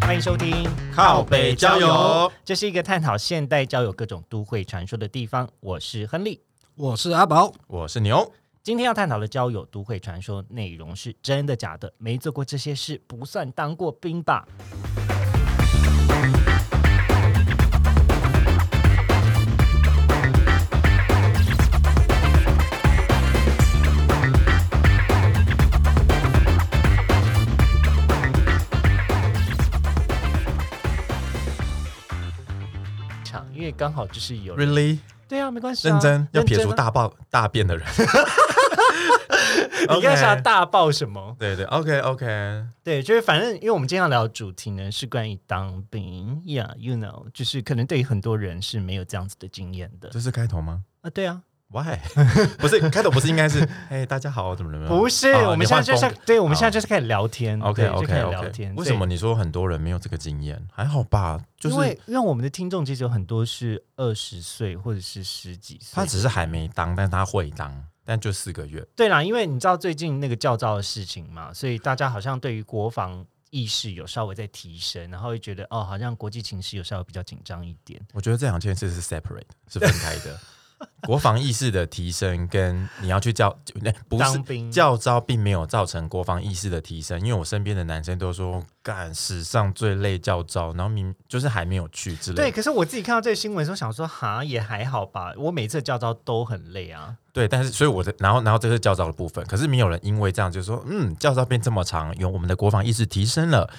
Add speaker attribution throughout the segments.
Speaker 1: 欢迎收听
Speaker 2: 靠北交友，
Speaker 1: 这是一个探讨现代交友各种都会传说的地方。我是亨利，
Speaker 3: 我是阿宝，
Speaker 2: 我是牛，
Speaker 1: 今天要探讨的交友都会传说内容是真的假的，没做过这些事不算当过兵吧？场因为刚好就是有人
Speaker 2: Really
Speaker 1: 对啊，没关系啊、
Speaker 2: 认真要撇
Speaker 1: 认
Speaker 2: 除
Speaker 1: 啊
Speaker 2: 大爆大便的人。
Speaker 1: 你刚才想
Speaker 2: OK
Speaker 1: 要大爆什么？
Speaker 2: 对对，OK OK，
Speaker 1: 对，就是反正因为我们今天要聊的主题呢是关于当兵，Yeah，you know，就是可能对于很多人是没有这样子的经验的
Speaker 2: 这是开头吗
Speaker 1: 啊。对啊，
Speaker 2: ？Why？不 是开头，不是应该是哎，大家好，怎么怎么样？
Speaker 1: 不是，我
Speaker 2: 啊
Speaker 1: 们
Speaker 2: 你
Speaker 1: 现在
Speaker 2: 换
Speaker 1: 就是
Speaker 2: 风格
Speaker 1: 对，我们
Speaker 2: 好
Speaker 1: 现在就是开始聊天
Speaker 2: OK
Speaker 1: 对就开
Speaker 2: OK
Speaker 1: 始聊天
Speaker 2: OK。。为
Speaker 1: 所以
Speaker 2: 什么？你说很多人没有这个经验？还好吧，就
Speaker 1: 因
Speaker 2: 是
Speaker 1: 为因为我们的听众其实有很多是二十岁或者是十几岁，
Speaker 2: 他只是还没当，但是他会当，但就四个月。
Speaker 1: 对啦，因为你知道最近那个教招的事情嘛，所以大家好像对于国防意识有稍微在提升，然后会觉得哦，好像国际情势有稍微比较紧张一点。
Speaker 2: 我觉得这两件事是 separate，是分开的。 国防意识的提升跟你要去教，就不是
Speaker 1: 当兵
Speaker 2: 教招并没有造成国防意识的提升，因为我身边的男生都说干史上最累教招，然后明就是还没有去之类
Speaker 1: 对，
Speaker 2: 的。
Speaker 1: 可是我自己看到这个新闻的时候，想说哈也还好吧，我每次教招都很累啊。
Speaker 2: 对，但是所以我的，然后然后这是教招的部分，可是没有人因为这样就说，嗯，教招变这么长，有我们的国防意识提升了。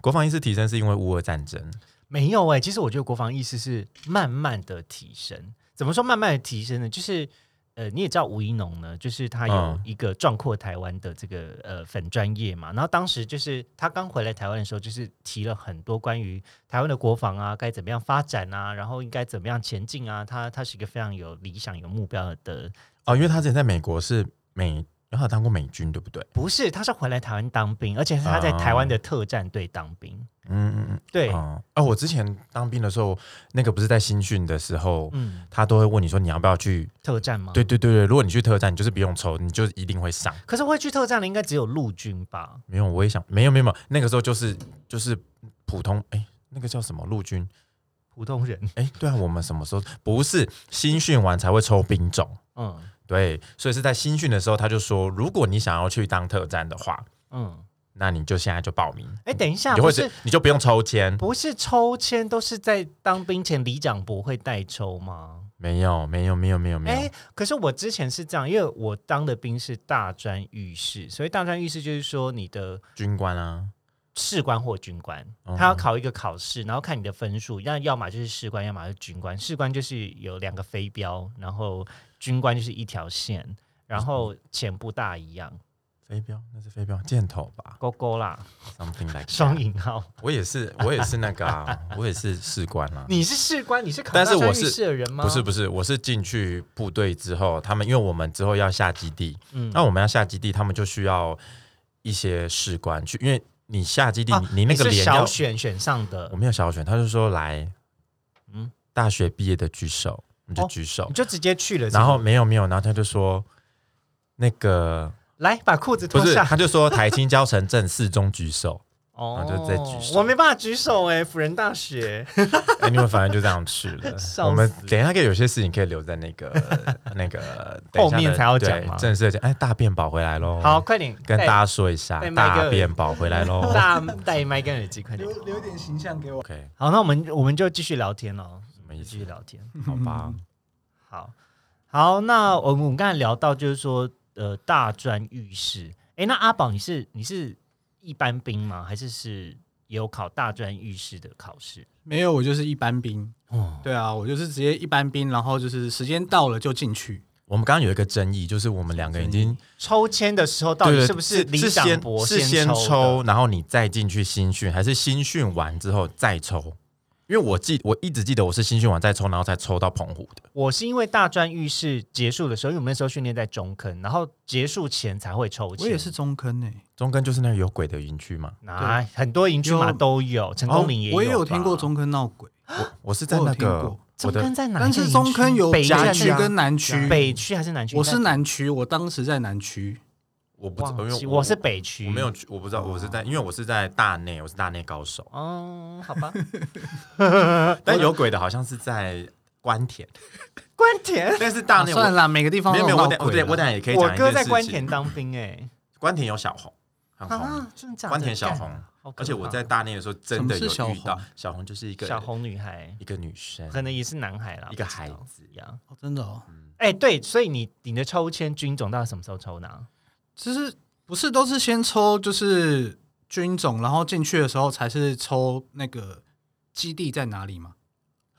Speaker 2: 国防意识提升是因为乌俄战争，
Speaker 1: 没有哎、其实我觉得国防意识是慢慢的提升。怎么说慢慢的提升呢？就是呃，你也知道吴一农呢，就是他有
Speaker 2: 嗯
Speaker 1: 一个壮阔台湾的这个呃粉专业嘛。然后当时就是他刚回来台湾的时候，就是提了很多关于台湾的国防啊，该怎么样发展啊，然后应该怎么样前进啊。他他是一个非常有理想、有目标的
Speaker 2: 哦，因为他之前在美国是美，然后当过美军，对不对？
Speaker 1: 不是，他是回来台湾当兵，而且是他
Speaker 2: 啊
Speaker 1: 在台湾的特战队当兵。
Speaker 2: 嗯嗯嗯，
Speaker 1: 对，
Speaker 2: 哦，哦，我之前当兵的时候，那个不是在新训的时候，
Speaker 1: 嗯，
Speaker 2: 他都会问你说你要不要去？
Speaker 1: 特战吗？
Speaker 2: 对。对对对，如果你去特战，你就是不用抽，你就一定会上。
Speaker 1: 可是会去特战的应该只有陆军吧？
Speaker 2: 没有，我也想，没有没有没有，那个时候就是就是普通，哎，那个叫什么陆军？
Speaker 1: 普通 人。
Speaker 2: 哎，对啊，我们什么时候不是新训完才会抽兵种？
Speaker 1: 嗯
Speaker 2: 对，所以是在新训的时候，他就说，如果你想要去当特战的话，
Speaker 1: 嗯。
Speaker 2: 那你就现在就报名，
Speaker 1: 哎、等一下，
Speaker 2: 嗯你就
Speaker 1: 不
Speaker 2: 会
Speaker 1: 是
Speaker 2: 你就不用抽签。
Speaker 1: 不是抽签都是在当兵前里长不会代抽吗？
Speaker 2: 没有没有没有没有没有，
Speaker 1: 哎、可是我之前是这样，因为我当的兵是大专御士，所以大专御士就是说你的
Speaker 2: 军官啊，
Speaker 1: 士官或军官，
Speaker 2: 嗯
Speaker 1: 他要考一个考试，然后看你的分数，那要么就是士官，要么是军官。士官就是有两个飞镖，然后军官就是一条线，然
Speaker 2: 嗯
Speaker 1: 后钱不大一样，
Speaker 2: 飞镖那是飞镖箭头吧
Speaker 1: 勾勾啦，啊
Speaker 2: ，something like that
Speaker 1: 双引号。
Speaker 2: 我也是，我也是那个、 啊，我也是士官啊。
Speaker 1: 你是士官，你是考
Speaker 2: 但是
Speaker 1: 大
Speaker 2: 我
Speaker 1: 专
Speaker 2: 是
Speaker 1: 御士的人吗？
Speaker 2: 不是不是，我是进去部队之后，他们因为我们之后要下基地，
Speaker 1: 嗯
Speaker 2: 那我们要下基地，他们就需要一些士官去，因为你下基地，
Speaker 1: 啊
Speaker 2: 你你那个
Speaker 1: 是
Speaker 2: 连
Speaker 1: 小
Speaker 2: 要
Speaker 1: 选选上的
Speaker 2: 我，没有小选，他就说来，
Speaker 1: 嗯
Speaker 2: 嗯，大学毕业的举手，我们就
Speaker 1: 哦
Speaker 2: 举手，
Speaker 1: 你就直接去了。
Speaker 2: 然后
Speaker 1: 是吗
Speaker 2: 没有没有，然后他就说那个
Speaker 1: 来把裤子
Speaker 2: 不
Speaker 1: 脱
Speaker 2: 是，
Speaker 1: 下，
Speaker 2: 他就说台青教城镇四中举手，
Speaker 1: 哦
Speaker 2: 然啊后就再举手
Speaker 1: 我没办法举手哎、辅仁大 学
Speaker 2: 哎，你们反正就这样去
Speaker 1: 笑
Speaker 2: 了。我们等一下，可以有些事情可以留在那个 那个等一下
Speaker 1: 后面
Speaker 2: 的
Speaker 1: 才要讲
Speaker 2: 对
Speaker 1: 吗
Speaker 2: 正式的讲。哎，大便宝回来喽！
Speaker 1: 好，，哎快点
Speaker 2: 跟
Speaker 1: 戴
Speaker 2: 大家说一下
Speaker 1: 戴，麦克
Speaker 2: 大便宝回来喽。
Speaker 1: 大戴麦跟耳机，快点
Speaker 3: 留。留点形象给 我。
Speaker 2: OK，
Speaker 1: 好，那我们我们就继续聊天喽，
Speaker 2: 什么意思
Speaker 1: 继续聊天。
Speaker 2: 好
Speaker 1: 嗯
Speaker 2: 吧，
Speaker 1: 好，好，那我们我们刚才聊到就是说，呃，大专浴室。哎，那阿宝，你是你是一般兵吗？还是是有考大专浴室的考试？
Speaker 3: 没有，我就是一般兵。
Speaker 1: 哦，
Speaker 3: 对啊，我就是直接一般兵，然后就是时间到了就进去。
Speaker 2: 我们刚刚有一个争议，就是我们两个已经
Speaker 1: 抽签的时候到底
Speaker 2: 对
Speaker 1: 是不是李
Speaker 2: 是
Speaker 1: 长
Speaker 2: 先
Speaker 1: 博
Speaker 2: 是先
Speaker 1: 抽的？
Speaker 2: 抽，然后你再进去新训，还是新训完之后再抽？因为我记我一直记得我是新训完再抽，然后才抽到澎湖的。
Speaker 1: 我是因为大专浴室结束的时候，因为我们那时候训练在中坑，然后结束前才会抽签。
Speaker 3: 我也是中坑欸呢、
Speaker 2: 中根就是那个有鬼的营区嘛，
Speaker 1: 啊，很多营区嘛
Speaker 3: 有哦
Speaker 1: 都有，成功岭也有、
Speaker 3: 我也有听过，中坑闹鬼，
Speaker 2: 我我是在
Speaker 3: 我有
Speaker 2: 那
Speaker 3: 听
Speaker 2: 个
Speaker 1: 哦
Speaker 3: 过
Speaker 1: 中
Speaker 2: 我的
Speaker 1: 坑在哪一个
Speaker 3: 但
Speaker 1: 营区？
Speaker 3: 是中坑有
Speaker 1: 北
Speaker 3: 甲
Speaker 1: 站
Speaker 3: 区
Speaker 1: 啊
Speaker 3: 跟南区，
Speaker 1: 北区还是南区？
Speaker 3: 我是南区，我当时在南区，
Speaker 2: 我不知
Speaker 1: 忘
Speaker 2: 因为
Speaker 1: 记，我是北区，
Speaker 2: 我没有去，我不知道我是在，因为我是在大内，我是大内高手，
Speaker 1: 哦，好吧，呃
Speaker 2: 但有鬼的好像是在关田，
Speaker 1: 关田，
Speaker 2: 但是
Speaker 1: 啊
Speaker 2: 大内
Speaker 3: 啊算
Speaker 2: 我
Speaker 3: 了啦，每个地方
Speaker 2: 啊没
Speaker 3: 都
Speaker 2: 有没有，
Speaker 3: 闹
Speaker 2: 我等我
Speaker 3: 鬼啊
Speaker 2: 等
Speaker 3: 啦。
Speaker 2: 我等下也可以
Speaker 1: 我
Speaker 2: 讲一
Speaker 1: 哥
Speaker 2: 件
Speaker 1: 在
Speaker 2: 事
Speaker 1: 关田
Speaker 2: 情。
Speaker 1: 当兵哎、
Speaker 2: 关田有小红，很红
Speaker 1: 啊，，真的假的？
Speaker 2: 关田小
Speaker 1: 干
Speaker 2: 红，
Speaker 1: 好可怕
Speaker 2: 而且我在大内的时候真的有
Speaker 3: 什么
Speaker 2: 遇
Speaker 3: 是小
Speaker 2: 到
Speaker 3: 红
Speaker 2: 小红，就是一个
Speaker 1: 小红女孩，
Speaker 2: 一个女生，
Speaker 1: 可能也是男孩啦，
Speaker 2: 一个
Speaker 1: 不知道
Speaker 2: 孩子
Speaker 1: 呀。
Speaker 3: 哦真的哦，
Speaker 1: 哎、对，所以你你的抽签军种到底什么时候抽呢？
Speaker 3: 其实不是都是先抽就是军种，然后进去的时候才是抽那个基地在哪里嘛？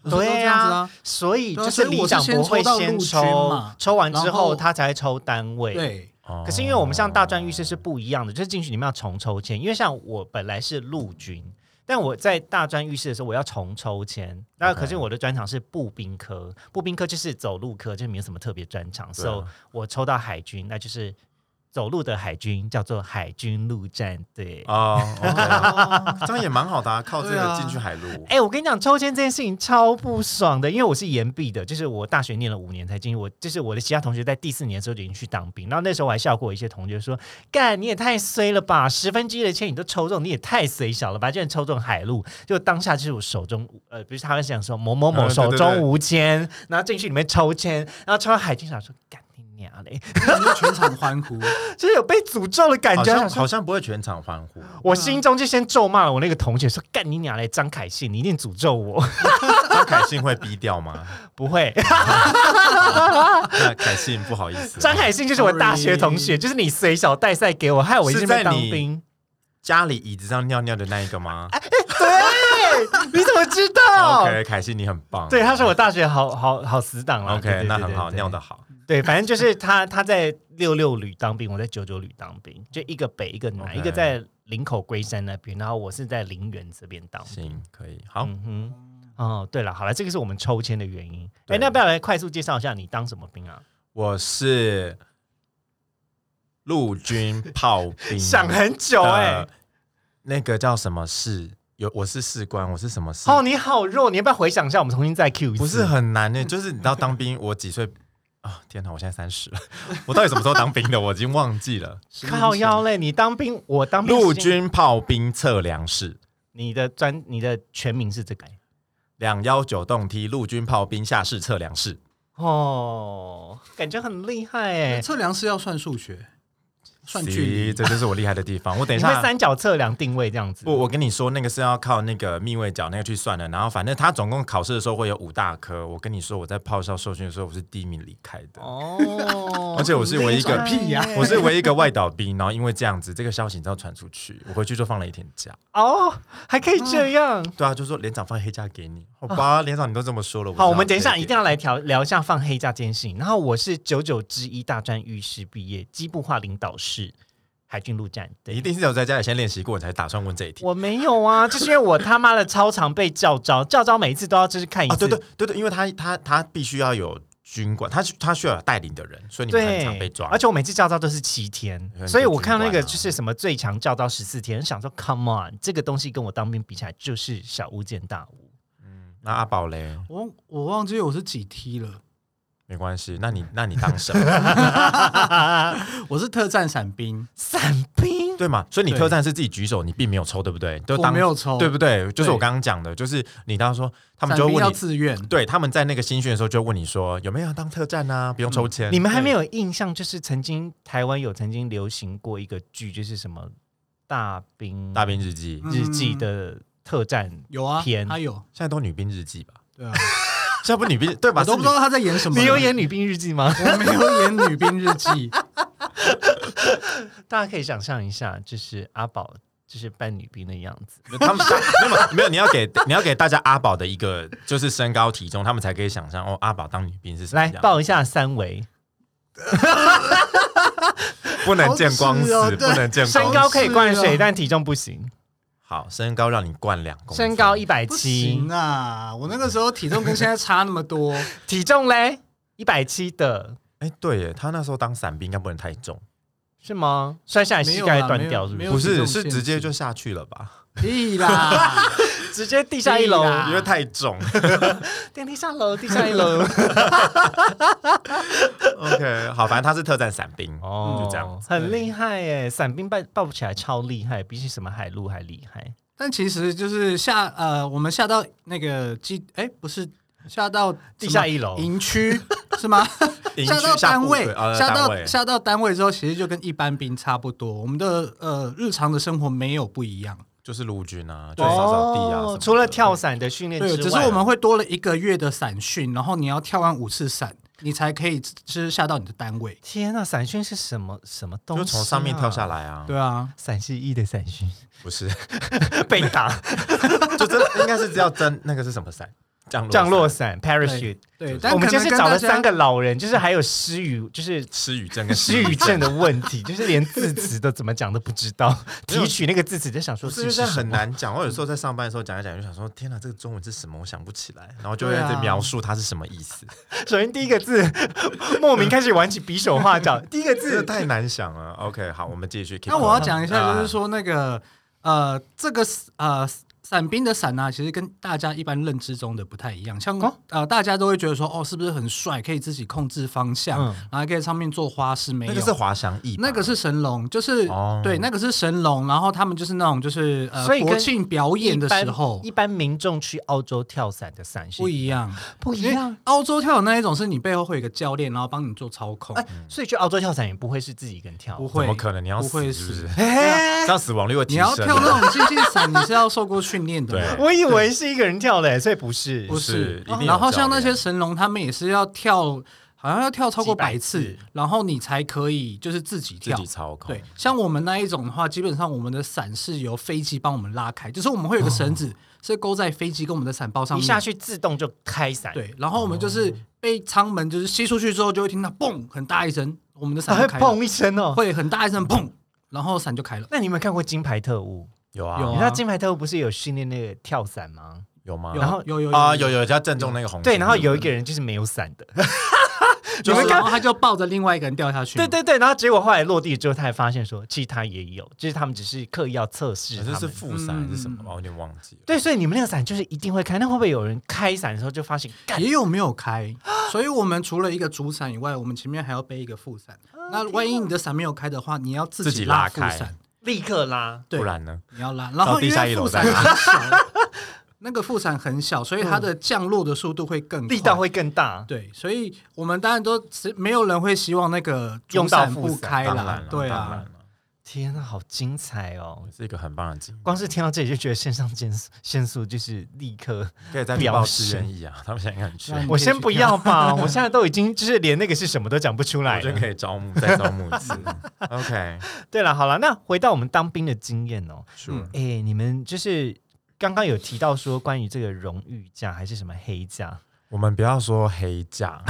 Speaker 1: 对
Speaker 3: 都
Speaker 1: 啊
Speaker 3: 这样子啊，
Speaker 1: 所以
Speaker 3: 对啊
Speaker 1: 就是
Speaker 3: 所以
Speaker 1: 里
Speaker 3: 我是
Speaker 1: 长
Speaker 3: 先
Speaker 1: 不会
Speaker 3: 抽到
Speaker 1: 先
Speaker 3: 陆军
Speaker 1: 抽
Speaker 3: 嘛，
Speaker 1: 抽完之
Speaker 3: 然
Speaker 1: 后
Speaker 3: 后
Speaker 1: 他才会抽单位。。
Speaker 3: 对，
Speaker 2: 哦
Speaker 1: 可是因为我们像大专浴室是不一样的，就是进去你们要重抽签，因为像我本来是陆军，但我在大专浴室的时候我要重抽签。那
Speaker 2: OK
Speaker 1: 可是我的专长是步兵科，步兵科就是走路科，就是没有什么特别专长，
Speaker 2: 对啊
Speaker 1: 所以我抽到海军，那就是走路的海军，叫做海军陆战队。
Speaker 2: 哦，OK
Speaker 3: 哦
Speaker 2: 这样也蛮好的啊，靠这
Speaker 3: 对
Speaker 2: 个
Speaker 3: 啊
Speaker 2: 进去海陆
Speaker 1: 哎、我跟你讲，抽签这件事情超不爽的，因为我是延毕的，就是我大学念了五年才进，我就是我的其他同学在第四年的时候就已经去当兵，然后那时候我还笑过一些同学说：“干，你也太衰了吧，十分之一的签你都抽中，你也太衰小了吧，竟然抽中海陆。”就当下就是我手中，呃，不是他会想说某某某
Speaker 2: 嗯对
Speaker 1: 手
Speaker 2: 对
Speaker 1: 中
Speaker 2: 对
Speaker 1: 无签，然后进去里面抽签，然后抽到海军想说：“干你娘嘞
Speaker 3: 然后就全场欢呼。！”
Speaker 1: 就是有被诅咒的感
Speaker 2: 好
Speaker 1: 觉，
Speaker 2: 像嗯
Speaker 1: 想说
Speaker 2: 好像不会全场欢呼，
Speaker 1: 我心中就先咒骂了我那个同学说：“干你娘嘞，张凯信，你一定诅咒我！”
Speaker 2: 那凯信会逼掉吗？
Speaker 1: 不会。
Speaker 2: 那凯信不好意思，
Speaker 1: 张海信就是我大学同学，
Speaker 3: Sorry
Speaker 1: 就是你随小带赛给我，害我一直没当兵。
Speaker 2: 家里椅子上尿尿的那一个吗
Speaker 1: 对， 你怎么知道？
Speaker 2: ？OK，凯信你很棒，
Speaker 1: 对，他是我大学好好好死党了。对对
Speaker 2: OK，
Speaker 1: 对
Speaker 2: 那很好，
Speaker 1: 对
Speaker 2: 尿的好。
Speaker 1: 对，反正就是他他在六六旅当兵，我在九九旅当兵，就一个北一个南，
Speaker 2: OK
Speaker 1: 一个在林口龟山那边，然后我是在林园这边当。
Speaker 2: 行，可以，好。
Speaker 1: 嗯哼。哦，对了，好了，这个是我们抽签的原因。
Speaker 2: 对
Speaker 1: 哎，那要不要来快速介绍一下你当什么兵啊？
Speaker 2: 我是陆军炮 兵，
Speaker 1: 想很久哎
Speaker 2: 呃，那个叫什么士？有我是士官，我是什么士？
Speaker 1: 哦，你好弱，你要不要回想一下？我们重新再 Q 一次。
Speaker 2: 不是很难呢、欸就是你知道当兵，我几岁啊？天哪，我现在三十了， 我到底什么时候当兵的？我已经忘 记了。
Speaker 1: 靠腰嘞，你当兵，我当兵
Speaker 2: 陆
Speaker 1: 时间
Speaker 2: 军炮兵测量室。
Speaker 1: 你的专你的全名是这个
Speaker 2: 两幺九洞梯陆军炮兵下士测量室，
Speaker 1: 哦，感觉很厉害
Speaker 3: 哎
Speaker 2: 欸
Speaker 1: 哎。
Speaker 3: 测量是要算数学，算距
Speaker 2: 咦
Speaker 3: 离。
Speaker 2: 这就是我厉害的地方。我等一
Speaker 1: 你
Speaker 2: 下
Speaker 1: 会三角测量定位这样子？
Speaker 2: 不，我跟你说，那个是要靠那个密位角那个去算的。然后反正他总共考试的时候会有五大科。我跟你说，我在炮校受训的时候，我是第一名离开的。
Speaker 1: 哦，
Speaker 2: 而且我是唯一一啊个
Speaker 3: 很厉害屁呀
Speaker 2: 我是唯一一个外岛兵，然后因为这样子，这个消息你知道传出去，我回去就放了一天假。
Speaker 1: 哦，还可以这样。
Speaker 2: 对啊，就说连长放黑假给你，好吧，连长你都这么说了，
Speaker 1: 哦好，我们等一下一定
Speaker 2: 要
Speaker 1: 要来聊聊一下放黑假这件事情。然后我是九九之一大专预师毕业，机部化领导室海军陆战队
Speaker 2: 一。定是有在家里先练习过，你才打算问这一题。
Speaker 1: 我没有啊，就是因为我他妈的超常被叫招，叫招每一次都要就是看一次。
Speaker 2: 啊，对对对对，因为他他他必须要有军管，他他需要有带领的人，所以你们很常被抓。
Speaker 1: 而且我每次教招都是七天
Speaker 2: 很，
Speaker 1: 所以
Speaker 2: 多
Speaker 1: 我
Speaker 2: 军
Speaker 1: 看那
Speaker 2: 官
Speaker 1: 个
Speaker 2: 啊
Speaker 1: 就是什么最强教招十四天，想说 come on，这个东西跟我当兵比起来就是小巫见大 巫。
Speaker 2: 那阿宝嘞，
Speaker 3: 我忘我忘记我是几梯了，
Speaker 2: 没关系，那你那你当什么？
Speaker 3: 我是特战伞兵，
Speaker 1: 伞兵
Speaker 2: 对嘛？所以你
Speaker 3: 对
Speaker 2: 特战是自己举手，你并没有抽，对不对？都
Speaker 3: 我
Speaker 2: 当
Speaker 3: 没有抽，
Speaker 2: 对不对？就是我
Speaker 3: 对
Speaker 2: 刚刚讲的，就是你当时说他们就
Speaker 3: 伞
Speaker 2: 会
Speaker 3: 兵
Speaker 2: 问
Speaker 3: 要
Speaker 2: 你，
Speaker 3: 自愿。
Speaker 2: 对，他们在那个新训的时候就会问你说有没有要当特战啊？不用抽签。
Speaker 1: 你们还
Speaker 3: 对
Speaker 1: 没有印象，就是曾经台湾有曾经流行过一个剧，就是什么大兵
Speaker 2: 大兵嗯日记
Speaker 3: 嗯
Speaker 1: 日记的特战，
Speaker 3: 有啊
Speaker 1: 偏，
Speaker 3: 他有，
Speaker 2: 现在都女兵日记吧？
Speaker 3: 对 啊，
Speaker 2: 现在不是女兵对吧？
Speaker 3: 我都不知道他在演什么。
Speaker 1: 你有演女兵日记吗？
Speaker 3: 我没有演《女兵日记》，
Speaker 1: 大家可以想象一下，就是阿宝就是扮女兵的样子。
Speaker 2: 是女他们没有没有，你要给你要给大家阿宝的一个就是身高体重，他们才可以想象哦，阿宝当女兵是什么
Speaker 1: 来
Speaker 2: 样
Speaker 1: 报一下三围，
Speaker 2: 不能见光
Speaker 3: 好
Speaker 2: 死，
Speaker 3: 耻哦对
Speaker 2: 不能见光
Speaker 1: 身高可以灌
Speaker 3: 是
Speaker 1: 水，
Speaker 3: 啊
Speaker 1: 但体重不行。
Speaker 2: 好，身高让你灌两公分，
Speaker 1: 身高一百
Speaker 3: 不
Speaker 1: 七
Speaker 3: 行，啊！我那个时候体重跟现在差那么多，
Speaker 1: 体重嘞一百七的
Speaker 2: 哎，对耶，他那时候当伞兵应该不能太重，
Speaker 1: 是吗？摔下来膝盖断掉是不
Speaker 3: 没
Speaker 1: 是？
Speaker 3: 有
Speaker 2: 不
Speaker 3: 体
Speaker 2: 是
Speaker 3: 重
Speaker 2: 是
Speaker 3: 限
Speaker 2: 直接
Speaker 3: 制
Speaker 2: 就下去了吧？
Speaker 3: 屁啦！
Speaker 1: 直接地下一楼
Speaker 3: 屁，啦
Speaker 2: 因为太重。
Speaker 1: 电梯下楼，地下一楼，
Speaker 2: OK，好，反正他是特战伞兵，
Speaker 1: 哦，
Speaker 2: 就这样子。
Speaker 1: 很厉害耶！伞兵抱抱起来超厉害，比起什么海陆还厉害。
Speaker 3: 但其实就是下呃，我们下到那个基，哎，不是下到
Speaker 1: 地下一楼
Speaker 3: 营区 是吗？
Speaker 2: 营
Speaker 3: 下
Speaker 2: 区
Speaker 3: 到
Speaker 2: 下
Speaker 3: 单
Speaker 2: 部
Speaker 3: 位
Speaker 2: 队呃，
Speaker 3: 下
Speaker 2: 单
Speaker 3: 到
Speaker 2: 位
Speaker 3: 下到单位之后，其实就跟一般兵差不多，我们的呃日常的生活没有不一样，
Speaker 2: 就是陆军
Speaker 3: 哦
Speaker 2: 啊，就是扫扫地啊什么的。
Speaker 1: 哦除了跳伞的训练之
Speaker 3: 对，
Speaker 1: 外，
Speaker 3: 只是我们会多了一个月的伞训，然后你要跳完五次伞，你才可以就是下到你的单位。
Speaker 1: 天啊，伞训是什么什么东西、
Speaker 2: 就从上面跳下
Speaker 1: 来。
Speaker 2: 来啊，
Speaker 3: 对啊，
Speaker 1: 伞是一的伞训
Speaker 2: 不是，
Speaker 1: 被打
Speaker 2: 就真的应该是叫真那个是什么伞？降 落
Speaker 1: 降落
Speaker 2: 伞
Speaker 1: 伞 parachute。
Speaker 3: 对，但
Speaker 1: 我们
Speaker 3: 可
Speaker 1: 今天
Speaker 3: 能跟
Speaker 1: 是找
Speaker 3: 大
Speaker 1: 了
Speaker 3: 家
Speaker 1: 三个老人，就是还有失语，就是
Speaker 2: 失语症跟
Speaker 1: 失语症的问题， 就是连字词都怎么讲都不知 道，
Speaker 2: 没有
Speaker 1: 提取那个字词就想说
Speaker 2: 不
Speaker 1: 这
Speaker 2: 是，就是
Speaker 1: 是什
Speaker 2: 很
Speaker 1: 么。
Speaker 2: 难讲。我有时候在上班的时候讲一讲，就想说天哪，这个中文是什么？我想不起来，然后就会
Speaker 3: 对啊
Speaker 2: 在描述它是什么意 思，
Speaker 1: 首先第一个字，莫名开始玩起比手画 脚，第一个
Speaker 2: 这个
Speaker 1: 字
Speaker 2: 太难想了。OK，好，我们继续。
Speaker 3: 那我要讲一下，
Speaker 2: 啊
Speaker 3: 就是，说那个呃，这个呃伞兵的伞呢、啊其实跟大家一般认知中的不太一样。像、
Speaker 1: 哦
Speaker 3: 呃，大家都会觉得说，哦，是不是很帅，可以自己控制方向，
Speaker 1: 嗯
Speaker 3: 然后还可以在上面做花式，没有。
Speaker 2: 那个是滑翔翼吧，
Speaker 3: 那个是神龙，就是、
Speaker 2: 哦
Speaker 3: 对，那个是神龙，然后他们就是那种就是呃
Speaker 1: 所以跟
Speaker 3: 国庆表演的时候
Speaker 1: 一般一般民众去澳洲跳伞的伞是
Speaker 3: 不一样，
Speaker 1: 不一
Speaker 3: 因为。澳洲跳的那一种是你背后会有一个教练，然后帮你做操控，
Speaker 1: 哎，所以去澳洲跳伞也不会是自己一个人跳
Speaker 3: 不，会，
Speaker 2: 怎么可能？你要
Speaker 3: 不
Speaker 2: 死
Speaker 3: 会
Speaker 2: 是不
Speaker 3: 死
Speaker 2: 是？
Speaker 1: 哎
Speaker 2: 这样死亡率会提
Speaker 3: 你
Speaker 2: 升
Speaker 3: 要
Speaker 2: 啊。
Speaker 3: 跳那种竞技伞，你是要受过训练的嘛。
Speaker 2: 对
Speaker 1: 我以为是一个人跳的，所以不是，
Speaker 3: 不
Speaker 2: 是
Speaker 3: 是
Speaker 2: 一定有
Speaker 3: 然后
Speaker 2: 教
Speaker 3: 像那
Speaker 2: 练
Speaker 3: 些神龙，他们也是要跳，好像要跳超过
Speaker 1: 几百
Speaker 3: 百次，
Speaker 1: 次
Speaker 3: 然后你才可以就是自己
Speaker 2: 自
Speaker 3: 跳。
Speaker 2: 己操控
Speaker 3: 对，，像我们那一种的话，基本上我们的伞是由飞机帮我们拉开，就是我们会有个绳子、是勾在飞机跟我们的伞包上
Speaker 1: 一
Speaker 3: 面。
Speaker 1: 下去自动就开伞，
Speaker 3: 对，然后我们就是被舱门就是吸出去之后，就会听到嘣很大一声，我们的伞
Speaker 1: 还
Speaker 3: 就
Speaker 1: 会
Speaker 3: 开了，
Speaker 1: 砰一声哦。
Speaker 3: 会很大一声砰，然后伞就开了。
Speaker 1: 那你有没有看过《金牌特务》？
Speaker 2: 有啊
Speaker 3: 有
Speaker 1: 你
Speaker 3: 啊嗯
Speaker 1: 知道《金牌特务》不是有训练那个跳伞吗？
Speaker 2: 有吗？
Speaker 3: 有
Speaker 1: 然后
Speaker 3: 有有
Speaker 2: 啊，有有叫正中那个红心，
Speaker 1: 对，然后有一个人就是没有伞的，
Speaker 3: 就
Speaker 1: 你
Speaker 3: 是
Speaker 1: 们看
Speaker 3: 然后他就抱着另外一个人掉
Speaker 2: 嗯
Speaker 3: 下去嘛。
Speaker 1: 对对对，然后结果后来落地之后，他还发现说，其实他也有，就是他们只是刻意要测试
Speaker 2: 好
Speaker 1: 他
Speaker 2: 像是
Speaker 1: 们。
Speaker 2: 副伞还是什么
Speaker 3: 嗯嗯嗯
Speaker 2: 吧，我有点忘记了。
Speaker 1: 对，所以你们那个伞就是一定会开，那会不会有人开伞的时候就发现，干
Speaker 3: 也有没有开，所以我们除了一个主伞以外，我们前面还要背一个副伞。那万一你的伞没有开的话，你要自
Speaker 2: 自己
Speaker 3: 己
Speaker 2: 拉
Speaker 3: 副
Speaker 2: 开
Speaker 3: 伞，
Speaker 1: 立刻拉？
Speaker 3: 对
Speaker 2: 不然呢？
Speaker 3: 你要拉。然后
Speaker 2: 地
Speaker 3: 因
Speaker 2: 下一
Speaker 3: 为
Speaker 2: 楼
Speaker 3: 副
Speaker 2: 再
Speaker 3: 伞
Speaker 2: 拉
Speaker 3: 很小， 那个副伞很小，所以它的降落的速度会
Speaker 2: 嗯
Speaker 3: 更快
Speaker 1: 力道。会更大。
Speaker 3: 对，所以我们当然都是没有人会希望那个主
Speaker 1: 用到
Speaker 3: 伞
Speaker 1: 副
Speaker 3: 不
Speaker 1: 伞
Speaker 3: 开
Speaker 2: 当然
Speaker 3: 啦
Speaker 2: 了，，
Speaker 3: 对
Speaker 2: 当然
Speaker 3: 啊
Speaker 2: 了，，
Speaker 1: 天啊，好精彩哦！
Speaker 2: 是一个很棒的经历。
Speaker 1: 光是听到这里就觉得肾上腺素腺素就是立刻，
Speaker 2: 可以再去
Speaker 1: 表
Speaker 2: 报
Speaker 1: 示
Speaker 2: 志愿役啊，他们现在应该很缺，
Speaker 3: 嗯
Speaker 2: 我
Speaker 1: 我先不要 吧，我现在都已经就是连那个是什么都讲不出来
Speaker 2: 觉得
Speaker 1: 了。
Speaker 2: 可以招募，再招募一 次。OK，
Speaker 1: 对了，好了，那回到我们当兵的经验哦，
Speaker 2: sure
Speaker 1: 哎、你们就是刚刚有提到说关于这个荣誉价还是什么黑价，
Speaker 2: 我们不要说黑假，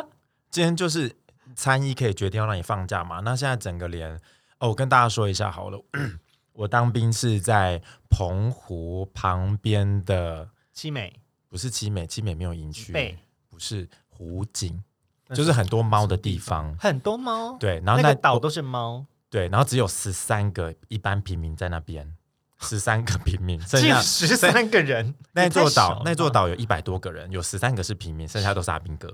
Speaker 2: 今天就是参议可以决定要让你放假嘛。那现在整个连哦，我跟大家说一下好了， 我当兵是在澎湖旁边的，
Speaker 1: 七美
Speaker 2: 不是七美，七美没有营区，
Speaker 1: 被
Speaker 2: 不是湖景，就是很多猫的地方。
Speaker 1: 很多猫，
Speaker 2: 对，然
Speaker 1: 那
Speaker 2: 后
Speaker 1: 个
Speaker 2: 那
Speaker 1: 岛都是猫，
Speaker 2: 对，然后只有十三个一般平民在那边，十三个平民，剩
Speaker 1: 只有
Speaker 2: 下
Speaker 1: 十三个人，
Speaker 2: 那
Speaker 1: 也太
Speaker 2: 座
Speaker 1: 少了
Speaker 2: 岛
Speaker 1: 吧
Speaker 2: 那座岛有一百多个人，有十三个是平民，剩下都是阿兵哥，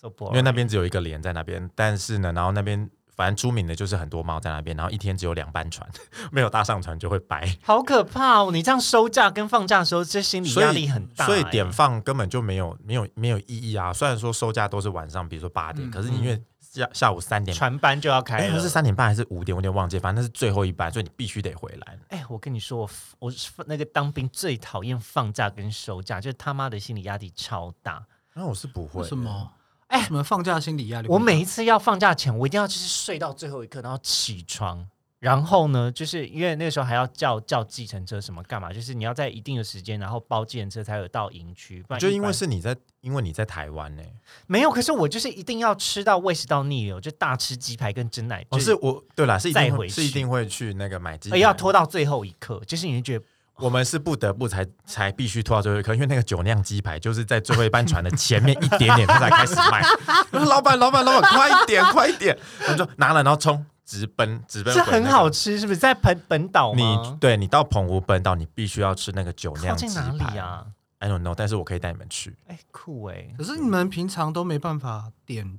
Speaker 1: 受不
Speaker 2: 因
Speaker 1: 了，
Speaker 2: 为那边只有一个连在那边。但是呢，然后那边反正出名的就是很多猫在那边，然后一天只有两班船， 没有搭上船就会白，
Speaker 1: 好可怕哦！你这样收假跟放假的时候，这心理
Speaker 2: 所
Speaker 1: 嗯
Speaker 2: 以
Speaker 1: 压力很大、
Speaker 2: 所以
Speaker 1: 哎
Speaker 2: 点放根本就没有没有没有意义啊。虽然说收假都是晚上，比如说八点，
Speaker 3: 嗯
Speaker 2: 可是你因为下下午三点。
Speaker 1: 船班就要开
Speaker 2: 哎，
Speaker 1: 了
Speaker 2: 它。是三点半还是五点？我有点忘记，反正那是最后一班，所以你必须得回来。
Speaker 1: 哎、我跟你说，我我是那个当兵最讨厌放假跟收假，就是他妈的心理压力超大。
Speaker 2: 然后我是不会
Speaker 3: 为
Speaker 2: 的，
Speaker 3: 什么？
Speaker 1: 哎
Speaker 3: 哎，什么放假心理压力？
Speaker 1: 我每一次要放假前，我一定要就是睡到最后一刻，然后起床。然后呢，就是因为那个时候还要叫叫计程车什么干嘛，就是你要在一定的时间，然后包计程车才有到营区。不然
Speaker 2: 就
Speaker 1: 一
Speaker 2: 因为
Speaker 1: 般
Speaker 2: 是你在，因为你在台湾欸呢、
Speaker 1: 没有，可是我就是一定要吃到胃食道逆流，就大吃鸡排跟蒸奶，
Speaker 2: 哦，
Speaker 1: 就是
Speaker 2: 我对啦，是一定
Speaker 1: 再
Speaker 2: 会
Speaker 1: 回
Speaker 2: 是一
Speaker 1: 去呃
Speaker 2: 定会去那个买机
Speaker 1: 而
Speaker 2: 票，
Speaker 1: 要拖到最后一刻，就是你就觉得
Speaker 2: 我们是不得不才才必须拖到最后一刻，因为那个酒酿鸡排就是在最后一班船的前面一点点，它才开始卖。我说老板，老板，老板，快一点，快一点！我们就拿了，然后冲，直奔，直奔、
Speaker 1: 这很好。吃，是不是？在本本岛
Speaker 2: 你
Speaker 1: 吗？
Speaker 2: 对你到澎湖本岛，你必须要吃那个酒
Speaker 1: 靠
Speaker 2: 酿
Speaker 1: 近
Speaker 2: 鸡
Speaker 1: 哪
Speaker 2: 排
Speaker 1: 里啊？
Speaker 2: I don't know，但是我可以带你们去。
Speaker 1: 哎，酷哎，
Speaker 3: 可是你们平常都没办法点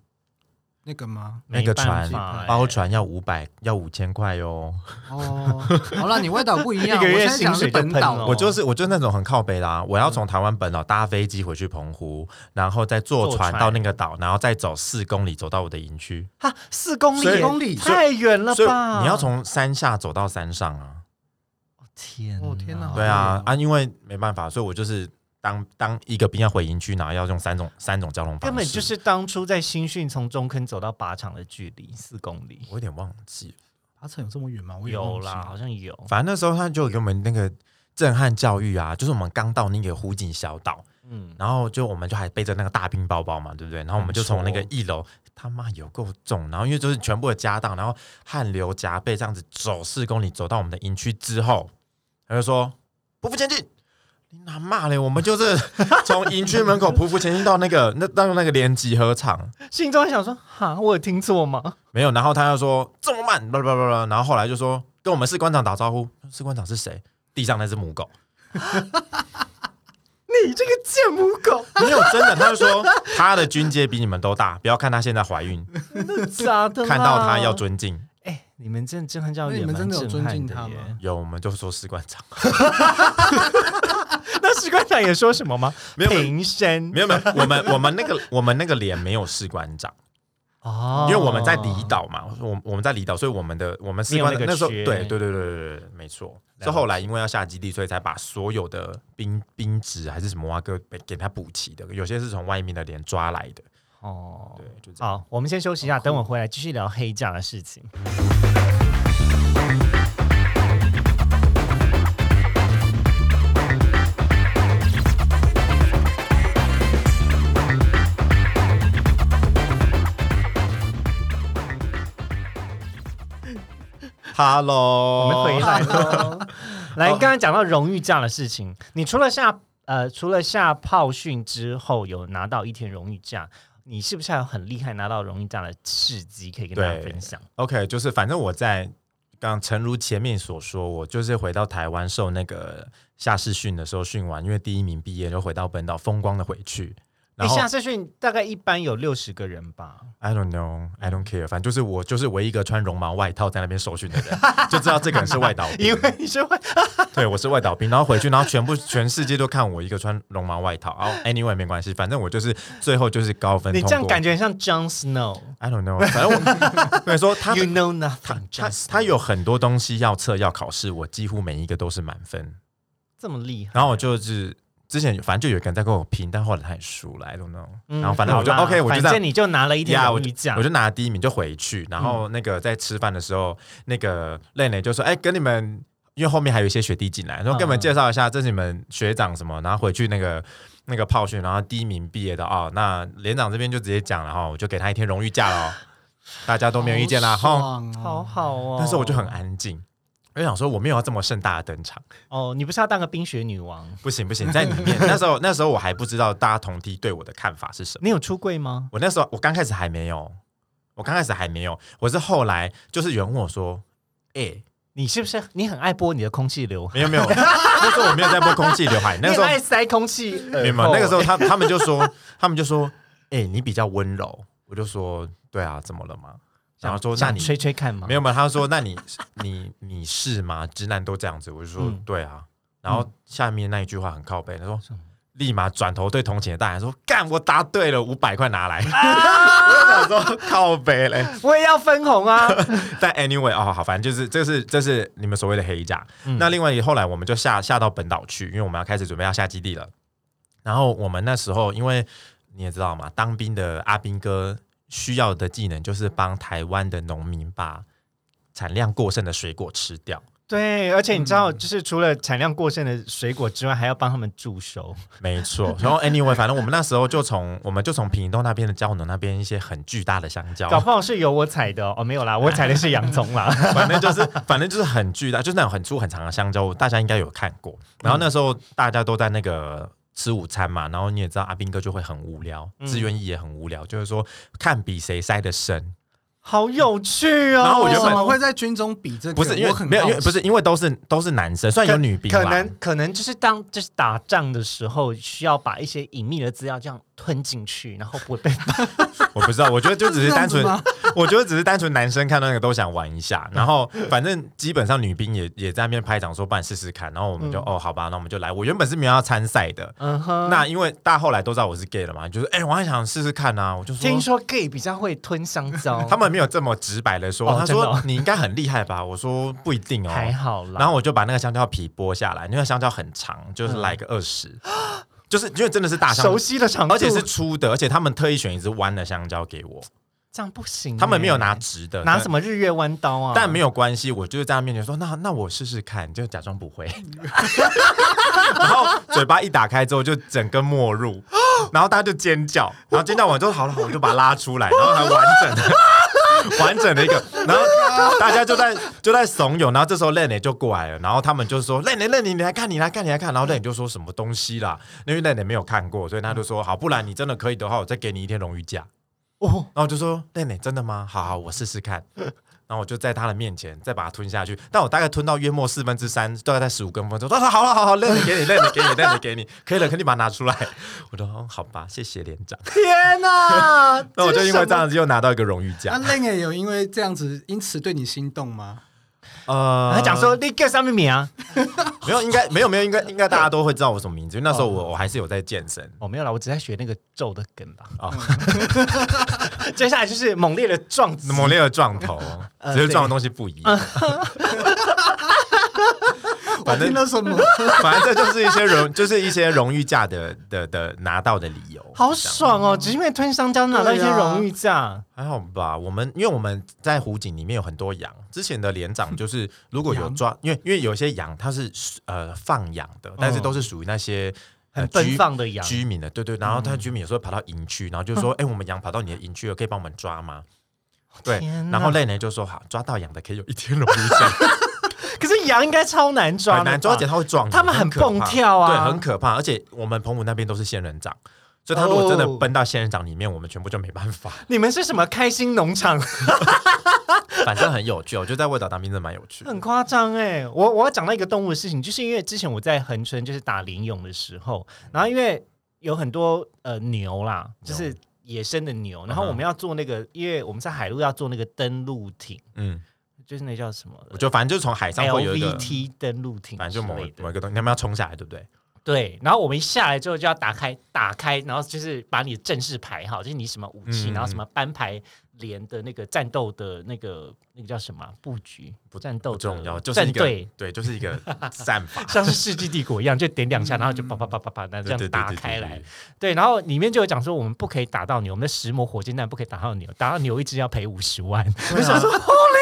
Speaker 3: 那个吗？
Speaker 2: 那个
Speaker 1: 没办
Speaker 2: 船
Speaker 1: 法哎
Speaker 2: 包船要五百，要五千块哟。
Speaker 3: 哦，好了，你味道不一样。
Speaker 1: 一个月
Speaker 3: 我现在讲
Speaker 1: 薪
Speaker 3: 的
Speaker 1: 水就
Speaker 3: 是本
Speaker 1: 喷了
Speaker 3: 岛
Speaker 1: 哦嗯
Speaker 2: 我就是我就是那种很靠北啦、我要从台湾本岛搭飞机回去澎湖，然后再坐
Speaker 1: 坐
Speaker 2: 船
Speaker 1: 船
Speaker 2: 到那个岛，然后再走四公里走到我的营区。
Speaker 1: 哈，四公里，
Speaker 2: 所以
Speaker 3: 公里
Speaker 1: 太远了
Speaker 2: 所以
Speaker 1: 吧？
Speaker 2: 你要从山下走到山上啊，
Speaker 1: 天，
Speaker 3: 哦天哪
Speaker 1: 哪，
Speaker 2: 对啊
Speaker 3: 哦
Speaker 2: 啊，因为没办法，所以我就是当当一个兵要回营区，然后要用三种三种交通方式，
Speaker 1: 根本就是当初在新训从中坑走到靶场的距离，四公里
Speaker 2: 我有点忘记了，
Speaker 3: 阿成有这么远吗？我也
Speaker 1: 有
Speaker 3: 忘记
Speaker 1: 啦，
Speaker 3: 了
Speaker 1: 好像有。
Speaker 2: 反正那时候他就给我们那个震撼教育啊，就是我们刚到那个湖景小岛，
Speaker 1: 嗯，
Speaker 2: 然后就我们就还背着那个大冰包包嘛，对不对？然后我们就从那个一楼，他妈有够重，然后因为就是全部的家当，然后汗流浃背这样子走四公里走到我们的营区之后，他就说匍匐前进。你哪骂嘞？我们就是从营区门口匍匐前进到那个那到那个连集合场，
Speaker 1: 心中还想说，哈，我有听错吗？
Speaker 2: 没有。然后他又说这么慢，叭叭叭叭。然后后来就说跟我们士官长打招呼，士官长是谁？地上那只母狗。
Speaker 1: 你这个贱母狗，
Speaker 2: 没有真的，他就说他的军阶比你们都大，不要看他现在怀孕，
Speaker 1: 假的啦？啊
Speaker 2: 看到他要尊敬。
Speaker 1: 哎，你们真的震撼教育
Speaker 3: 那
Speaker 1: 也
Speaker 3: 你们
Speaker 1: 蛮震撼耶，
Speaker 3: 真的有尊敬他吗
Speaker 2: 有，我们就说士官长，
Speaker 1: 那士官长也说什么吗？
Speaker 2: 没有
Speaker 1: 平身
Speaker 2: 没有没有，我们我们那个我们那个连没有士官长，
Speaker 1: 哦
Speaker 2: 因为我们在离岛嘛，我我们在离岛，所以我们的我们士官
Speaker 1: 没有那个
Speaker 2: 长那时候
Speaker 1: 缺
Speaker 2: 对对对对对对，没错。
Speaker 1: 了解
Speaker 2: 是后来因为要下基地，所以才把所有的兵兵职还是什么蛙哥给他补齐的，有些是从外面的连抓来的，
Speaker 1: 哦
Speaker 2: 对，就这样。
Speaker 1: 好，我们先休息一下，等我回来继续聊黑价的事情。我
Speaker 2: Hello，
Speaker 1: 们回来
Speaker 3: 哦
Speaker 1: 来，刚刚讲到荣誉价的事情，你除了下呃除了下炮训之后有拿到一天荣誉价，你是不是还有很厉害拿到荣誉价的事迹可以跟大家
Speaker 2: 对
Speaker 1: 分享？
Speaker 2: OK，就是反正我在刚诚如前面所说，我就是回到台湾受那个夏试训的时候训完，因为第一名毕业就回到本岛，风光的回去。
Speaker 1: 你
Speaker 2: 然后
Speaker 1: 下次训大概一般有六十个人 吧？
Speaker 2: I don't know, I don't care，反正就是我就是唯一一个穿绒毛外套在那边受训的人，就知道这个人是 外岛
Speaker 1: 因
Speaker 2: 兵。
Speaker 1: 为你是会
Speaker 2: 对，我是外岛兵，然后回去，然后全部全世界都看我一个穿绒毛外套。然后 anyway 没关系，反正我就是最后就是高分
Speaker 1: 你
Speaker 2: 通过。
Speaker 1: 这样感觉很像 Jon Snow，You
Speaker 2: I don't know，反正我 我跟你说他的
Speaker 1: know
Speaker 2: 他
Speaker 1: nothing，
Speaker 2: 他
Speaker 1: Jon Snow
Speaker 2: 他有很多东西要测要考试，我几乎每一个都是满分。
Speaker 1: 这么厉害，
Speaker 2: 然后我就是之前反正就有个人在跟我拼，但后来他也输了，I don't know。
Speaker 1: 嗯
Speaker 2: 然后反正我就
Speaker 1: 好啦
Speaker 2: OK，我就这
Speaker 1: 反
Speaker 2: 样
Speaker 1: 正。你就拿了一天
Speaker 2: 呀，我
Speaker 1: 荣
Speaker 2: 就
Speaker 1: 誉价
Speaker 2: 我，就拿第一名就回去，然
Speaker 1: 嗯
Speaker 2: 后那个在吃饭的时候，那个累累就说：“哎、跟你们，因为后面还有一些学弟进来，然后跟你们
Speaker 1: 嗯
Speaker 2: 介绍一下，这是你们学长什么。”然后回去那个那个炮训，然后第一名毕业的哦，那连长这边就直接讲了哈，我就给他一天荣誉假了哦，大家都没有意见啦
Speaker 3: 好
Speaker 2: 哈。
Speaker 3: 爽哦
Speaker 1: 好好哦。
Speaker 2: 但是我就很安静，我就想说我没有要这么盛大的登场。
Speaker 1: 哦，你不是要当个冰雪女王？
Speaker 2: 不行不行，在里面 那时候那时候我还不知道大家同梯对我的看法是什么。
Speaker 1: 你有出柜吗？
Speaker 2: 我那时候我刚开始还没有，我刚开始还没有，我是后来就是有人问我说：“哎、
Speaker 1: 你是不是你很爱拨你的空气刘海？
Speaker 2: 没有没 有，那时候我没有在播空气刘海，那时
Speaker 1: 你
Speaker 2: 候
Speaker 1: 很爱塞空气呃耳后，
Speaker 2: 没有没哦有，那个时候他他们就说他们就说：哎、你比较温柔。”我就说：“对啊，怎么了嘛？”然后说：“那
Speaker 1: 想
Speaker 2: 你
Speaker 1: 吹吹看吗？
Speaker 2: 没有嘛？”他说：“那你 你你是吗？直男都这样子。”我就说：“
Speaker 1: 嗯
Speaker 2: 对啊。”然后下面那一句话很靠背，他说
Speaker 1: 什么。
Speaker 2: 立马转头对同情的大喊说：“干，我答对了，五百块拿来。
Speaker 1: 啊
Speaker 2: 我就想说靠背嘞，
Speaker 1: 我也要分红 啊！
Speaker 2: 但 anyway 哦，好，反正就是这是这是你们所谓的黑甲。
Speaker 1: 嗯
Speaker 2: 那另外后来我们就下下到本岛去，因为我们要开始准备要下基地了。然后我们那时候因为你也知道嘛，当兵的阿兵哥需要的技能就是帮台湾的农民把产量过剩的水果吃掉。
Speaker 1: 对，而且你知道，
Speaker 2: 嗯
Speaker 1: 就是除了产量过剩的水果之外，还要帮他们助熟。
Speaker 2: 没错。然后 anyway，反正我们那时候就从我们就从屏东那边的蕉农那边一些很巨大的香蕉，
Speaker 1: 搞不好是由我采的哦哦，没有啦，我采的是洋葱 啦。
Speaker 2: 反正就是，反正就是很巨大，就是那种很粗很长的香蕉，大家应该有看过。然后那时候大家都在那个吃午餐嘛，然后你也知道阿斌哥就会很无聊，
Speaker 3: 嗯
Speaker 2: 志愿役也很无聊，就是说看比谁塞的深，
Speaker 1: 好有趣哦！
Speaker 2: 然后我
Speaker 3: 为
Speaker 2: 原
Speaker 3: 什
Speaker 2: 本
Speaker 3: 么会在军中比这个？
Speaker 2: 不是因为
Speaker 3: 我很
Speaker 2: 没有，因为
Speaker 3: 好奇
Speaker 2: 不是因为都是都是男生，虽然有女兵啦
Speaker 1: 可能可能就是当就是打仗的时候，需要把一些隐秘的资料这样吞进去，然后不会被
Speaker 2: 我不知道，我觉得就只是单纯
Speaker 3: 是 这样，
Speaker 2: 我觉得只是单纯男生看到那个都想玩一下，然后反正基本上女兵也也在那边拍掌说，不然试试看，然后我们
Speaker 3: 嗯
Speaker 2: 就、哦好吧，那我们就来。我原本是没有要参赛的，
Speaker 1: 嗯哼。
Speaker 2: 那因为大家后来都知道我是 gay 了嘛，就是哎、我还想试试看啊，我就说
Speaker 1: 听。说 gay 比较会吞香蕉，
Speaker 2: 他们没有这么直白的说，
Speaker 1: 哦
Speaker 2: 他
Speaker 1: 真的
Speaker 2: 说
Speaker 1: 哦
Speaker 2: 你应该很厉害吧？我说不一定哦，
Speaker 1: 还好啦。嗯
Speaker 2: 然后我就把那个香蕉皮剥下来，因为香蕉很长，就是来个二十、就是因为真的是大香
Speaker 1: 熟，悉的长度，
Speaker 2: 而且是粗的，而且他们特意选一只弯的香蕉给我，
Speaker 1: 这样不行欸。
Speaker 2: 他们没有拿直的，
Speaker 1: 拿
Speaker 2: 但
Speaker 1: 什么日月弯刀啊，
Speaker 2: 但没有关系，我就是在他面前说，那那我试试看，就假装不会， 然后嘴巴一打开之后就整个没入，然后大家就尖叫，然后尖叫完之后好了，我就把它拉出来，然后还完整的完整的 一个，然后大家就在就在怂恿，然后这时候 Lenny 就过来了，然后他们就说 Lenny Lenny 你来看你来看你来看，然后 Lenny 就说什么东西啦，因为 Lenny 没有看过，所以他就说好，不然你真的可以的话，我再给你一天荣誉假。
Speaker 1: 哦，
Speaker 2: 然后我就说：“妹妹，真的吗？好好，我试试看。” 然后我就在他的面前再把它吞下去，但我大概吞到约莫四分之三，大概在十五公分钟。他说：“好了，好好，累了，给你，累了，给你，累了，给你，可以了，可以把它拿出来。”我说：“哦好吧，谢谢连长。
Speaker 1: 天哪！”
Speaker 2: 那我就因为这
Speaker 1: 样，
Speaker 2: 样子又拿到一个荣誉
Speaker 3: 那
Speaker 2: 奖。
Speaker 3: Len 也有因为这样子，因此对你心动吗？
Speaker 2: 呃，
Speaker 1: 他讲说你叫什么名啊？
Speaker 2: 没有，应该没有，没有，应该应该大家都会知道我什么名字。因为那时候我我还是有在健身
Speaker 1: 哦，没有啦，我只在学那个咒的梗吧。
Speaker 2: 哦
Speaker 1: 哦，接下来就是猛烈的撞击，
Speaker 2: 猛烈的撞 头，
Speaker 1: 呃
Speaker 2: 只是撞的东西不一样。
Speaker 3: 我
Speaker 2: 反正
Speaker 3: 听了什么？
Speaker 2: 反正这就是一些荣，就是一些荣誉价的的的拿到的理由。
Speaker 1: 好
Speaker 2: 这样
Speaker 1: 爽哦！只是因为吞香
Speaker 2: 啊
Speaker 1: 蕉拿到一些荣誉奖，
Speaker 2: 还好吧，我们因为我们在湖景里面有很多羊，之前的连 长就是如果有抓，因为因为有些羊它是呃放养的，但是都是属于那些。呃
Speaker 1: 很奔
Speaker 2: 居
Speaker 1: 放的羊嗯
Speaker 2: 居民的，对对，然后他居民有时候跑到营区，然后就 说：“哎、我们羊跑到你的营区了，可以帮我们抓吗？”对，
Speaker 1: 哦天哪
Speaker 2: 然后累呢就说：“好，抓到羊的可以有一天荣誉奖。”
Speaker 1: 可是羊应该超难 抓的
Speaker 2: 很
Speaker 1: 吧，
Speaker 2: 难抓，而且它会撞你，
Speaker 1: 他们很
Speaker 2: 可怕
Speaker 1: 蹦跳啊
Speaker 2: 对，很可怕。而且我们澎湖那边都是仙人掌，所以他如果真的
Speaker 1: 哦
Speaker 2: 奔到仙人掌里面，我们全部就没办法。
Speaker 1: 你们是什么开心农场？
Speaker 2: 反正很有趣，我觉得在味道当兵真的蛮有 趣 的。
Speaker 1: 很夸张哎！我我要讲到一个动物的事情，就是因为之前我在恒春就是打林泳的时候，然后因为有很多呃牛嗯啦，就是野生的牛，然后我们要做那个，因为我们在海路要做那个登陆艇，
Speaker 2: 嗯，
Speaker 1: 就是那叫什么
Speaker 2: 我就反正就是从海上
Speaker 1: 哎
Speaker 2: 会有一个，
Speaker 1: LVT 登陆艇之类的，
Speaker 2: 反正就某某一个东西，你们要冲下来，对不对？
Speaker 1: 对，然后我们一下来之后就要打开，打开，然后就是把你的正式牌号，就是你什么武器，
Speaker 2: 嗯
Speaker 1: 然后什么班牌连的那个战斗的那个那个叫什么啊布局，不战斗
Speaker 2: 不重要，
Speaker 1: 的
Speaker 2: 就是
Speaker 1: 战
Speaker 2: 一个
Speaker 1: 队，
Speaker 2: 对，就是一个战法。
Speaker 1: 像是世纪帝国一样，就点两下，然后就啪啪啪啪啪，那这
Speaker 2: 对对
Speaker 1: 样
Speaker 2: 对
Speaker 1: 打
Speaker 2: 对
Speaker 1: 开
Speaker 2: 对
Speaker 1: 来
Speaker 2: 对。
Speaker 1: 对，然后里面就有讲说，我们不可以打到牛，我们的石磨火箭弹不可以打到牛，打到牛一只要赔五十万。我想说
Speaker 2: 啊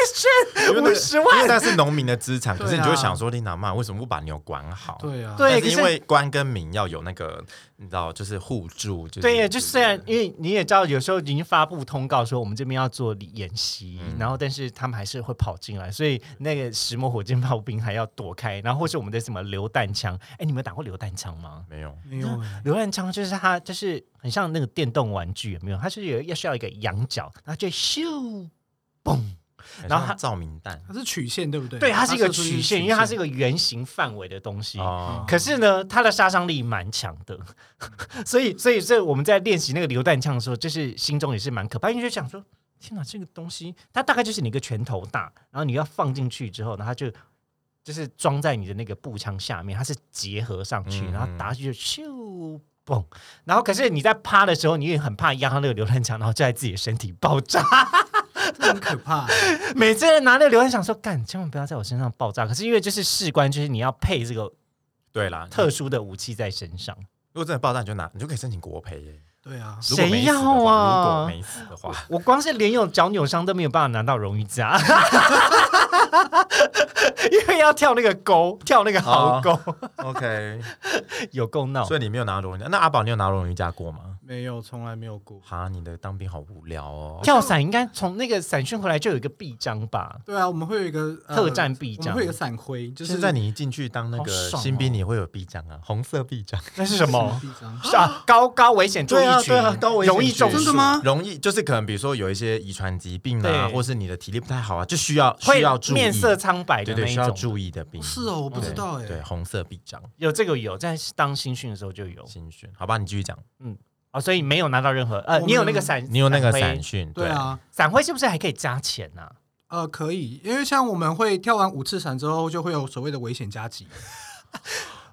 Speaker 1: ，Holy shit，
Speaker 2: 因为那个
Speaker 1: 五十
Speaker 2: 因为
Speaker 1: 万！
Speaker 2: 那是农民的资产，可是
Speaker 3: 对啊
Speaker 2: 你就会想说，你哪嘛为什么不把牛管好？
Speaker 3: 对啊，
Speaker 1: 对
Speaker 2: 但
Speaker 1: 可
Speaker 2: 是
Speaker 1: 是
Speaker 2: 因为官跟民要有那个，你知道，就是互助。就是
Speaker 1: 对呀，就虽然因为你也知道，有时候已经发布通告说我们这边要做演习，然后但是他们还是会跑进来，所以那个石磨火箭炮兵还要躲开，然后或是我们的什么榴弹枪，哎，你们有打过榴弹枪吗？
Speaker 2: 没有，
Speaker 3: 没有欸
Speaker 1: 榴弹枪就是它，就是很像那个电动玩具，有没有？它是有要需要一个仰角，然后就咻，嘣。然后
Speaker 2: 很像
Speaker 1: 它
Speaker 2: 照明弹
Speaker 3: 它是曲线对不对？
Speaker 1: 对，它是一个
Speaker 3: 属于
Speaker 1: 曲线，因为它是一个圆形范围的东西。
Speaker 2: 哦
Speaker 1: 可是呢，它的杀伤力蛮强的， 所以，所以，所以我们在练习那个榴弹枪的时候，就是心中也是蛮可怕，因为就想说，天哪，这个东西它大概就是你一个拳头大，然后你要放进去之后，然后它就就是装在你的那个步枪下面，它是结合上去，
Speaker 2: 嗯
Speaker 1: 然后打下去就咻。嘣！然后可是你在趴的时候，你也很怕压到那个榴弹枪，然后就在自己的身体爆炸。
Speaker 3: 很可怕欸。
Speaker 1: 每次拿那个榴弹想说，干，千万不要在我身上爆炸。可是因为就是事关，就是你要配这个
Speaker 2: 对啦，
Speaker 1: 特殊的武器在身上。
Speaker 2: 如果真的爆炸，你就拿，你就可以申请国赔耶。
Speaker 3: 对啊，
Speaker 2: 如果没
Speaker 1: 谁
Speaker 2: 死的话
Speaker 1: 要啊
Speaker 2: 如果没死的话，
Speaker 1: 我光是连有脚扭伤都没有办法拿到荣誉奖， 因为要跳那个沟，跳那个壕沟，
Speaker 2: OK，
Speaker 1: 有够闹。
Speaker 2: 哦所以你没有拿荣誉，那阿宝你有拿荣誉架过吗？
Speaker 3: 没有，从来没有过。
Speaker 2: 哈，你的当兵好无聊哦。
Speaker 1: 跳伞应该从那个伞训回来就有一个臂章吧？
Speaker 3: 对啊，我们会有一个、呃
Speaker 1: 特战臂
Speaker 3: 我
Speaker 1: 章
Speaker 3: 们会有一个伞徽，就
Speaker 2: 就是
Speaker 3: 是
Speaker 2: 在你一进去当那
Speaker 1: 好
Speaker 2: 个
Speaker 1: 爽
Speaker 2: 新兵，
Speaker 1: 哦
Speaker 2: 你会有臂章啊，红色臂章。
Speaker 1: 那是什么？
Speaker 3: 臂章。
Speaker 1: 是 啊，高高危险注意
Speaker 2: 对啊，
Speaker 1: 群，
Speaker 2: 对啊，高危险
Speaker 1: 容易
Speaker 2: 群
Speaker 1: 中暑
Speaker 3: 真的吗
Speaker 2: 容易就是可能比如说有一些遗传疾病啊，
Speaker 1: 对
Speaker 2: 或是你的体力不太好啊，就需要需
Speaker 1: 会
Speaker 2: 要注意
Speaker 1: 面色苍白的
Speaker 2: 对
Speaker 1: 那
Speaker 2: 对，
Speaker 1: 一
Speaker 2: 需要
Speaker 1: 种。
Speaker 2: 注意的兵。
Speaker 3: 是哦，我不知道哎、
Speaker 2: 对，啊红色臂章
Speaker 1: 有这个有，在当新训的时候就有
Speaker 2: 新训，好吧，你继续讲。
Speaker 1: 哦，所以没有拿到任何呃，
Speaker 3: 我
Speaker 1: 你有那
Speaker 3: 没有
Speaker 1: 个伞，
Speaker 2: 你有那个
Speaker 1: 伞
Speaker 2: 伞
Speaker 1: 徽，
Speaker 2: 训，
Speaker 3: 对啊，
Speaker 1: 伞徽是不是还可以加钱啊呢、
Speaker 3: 呃，可以，因为像我们会跳完五次伞之后，就会有所谓的危险加级。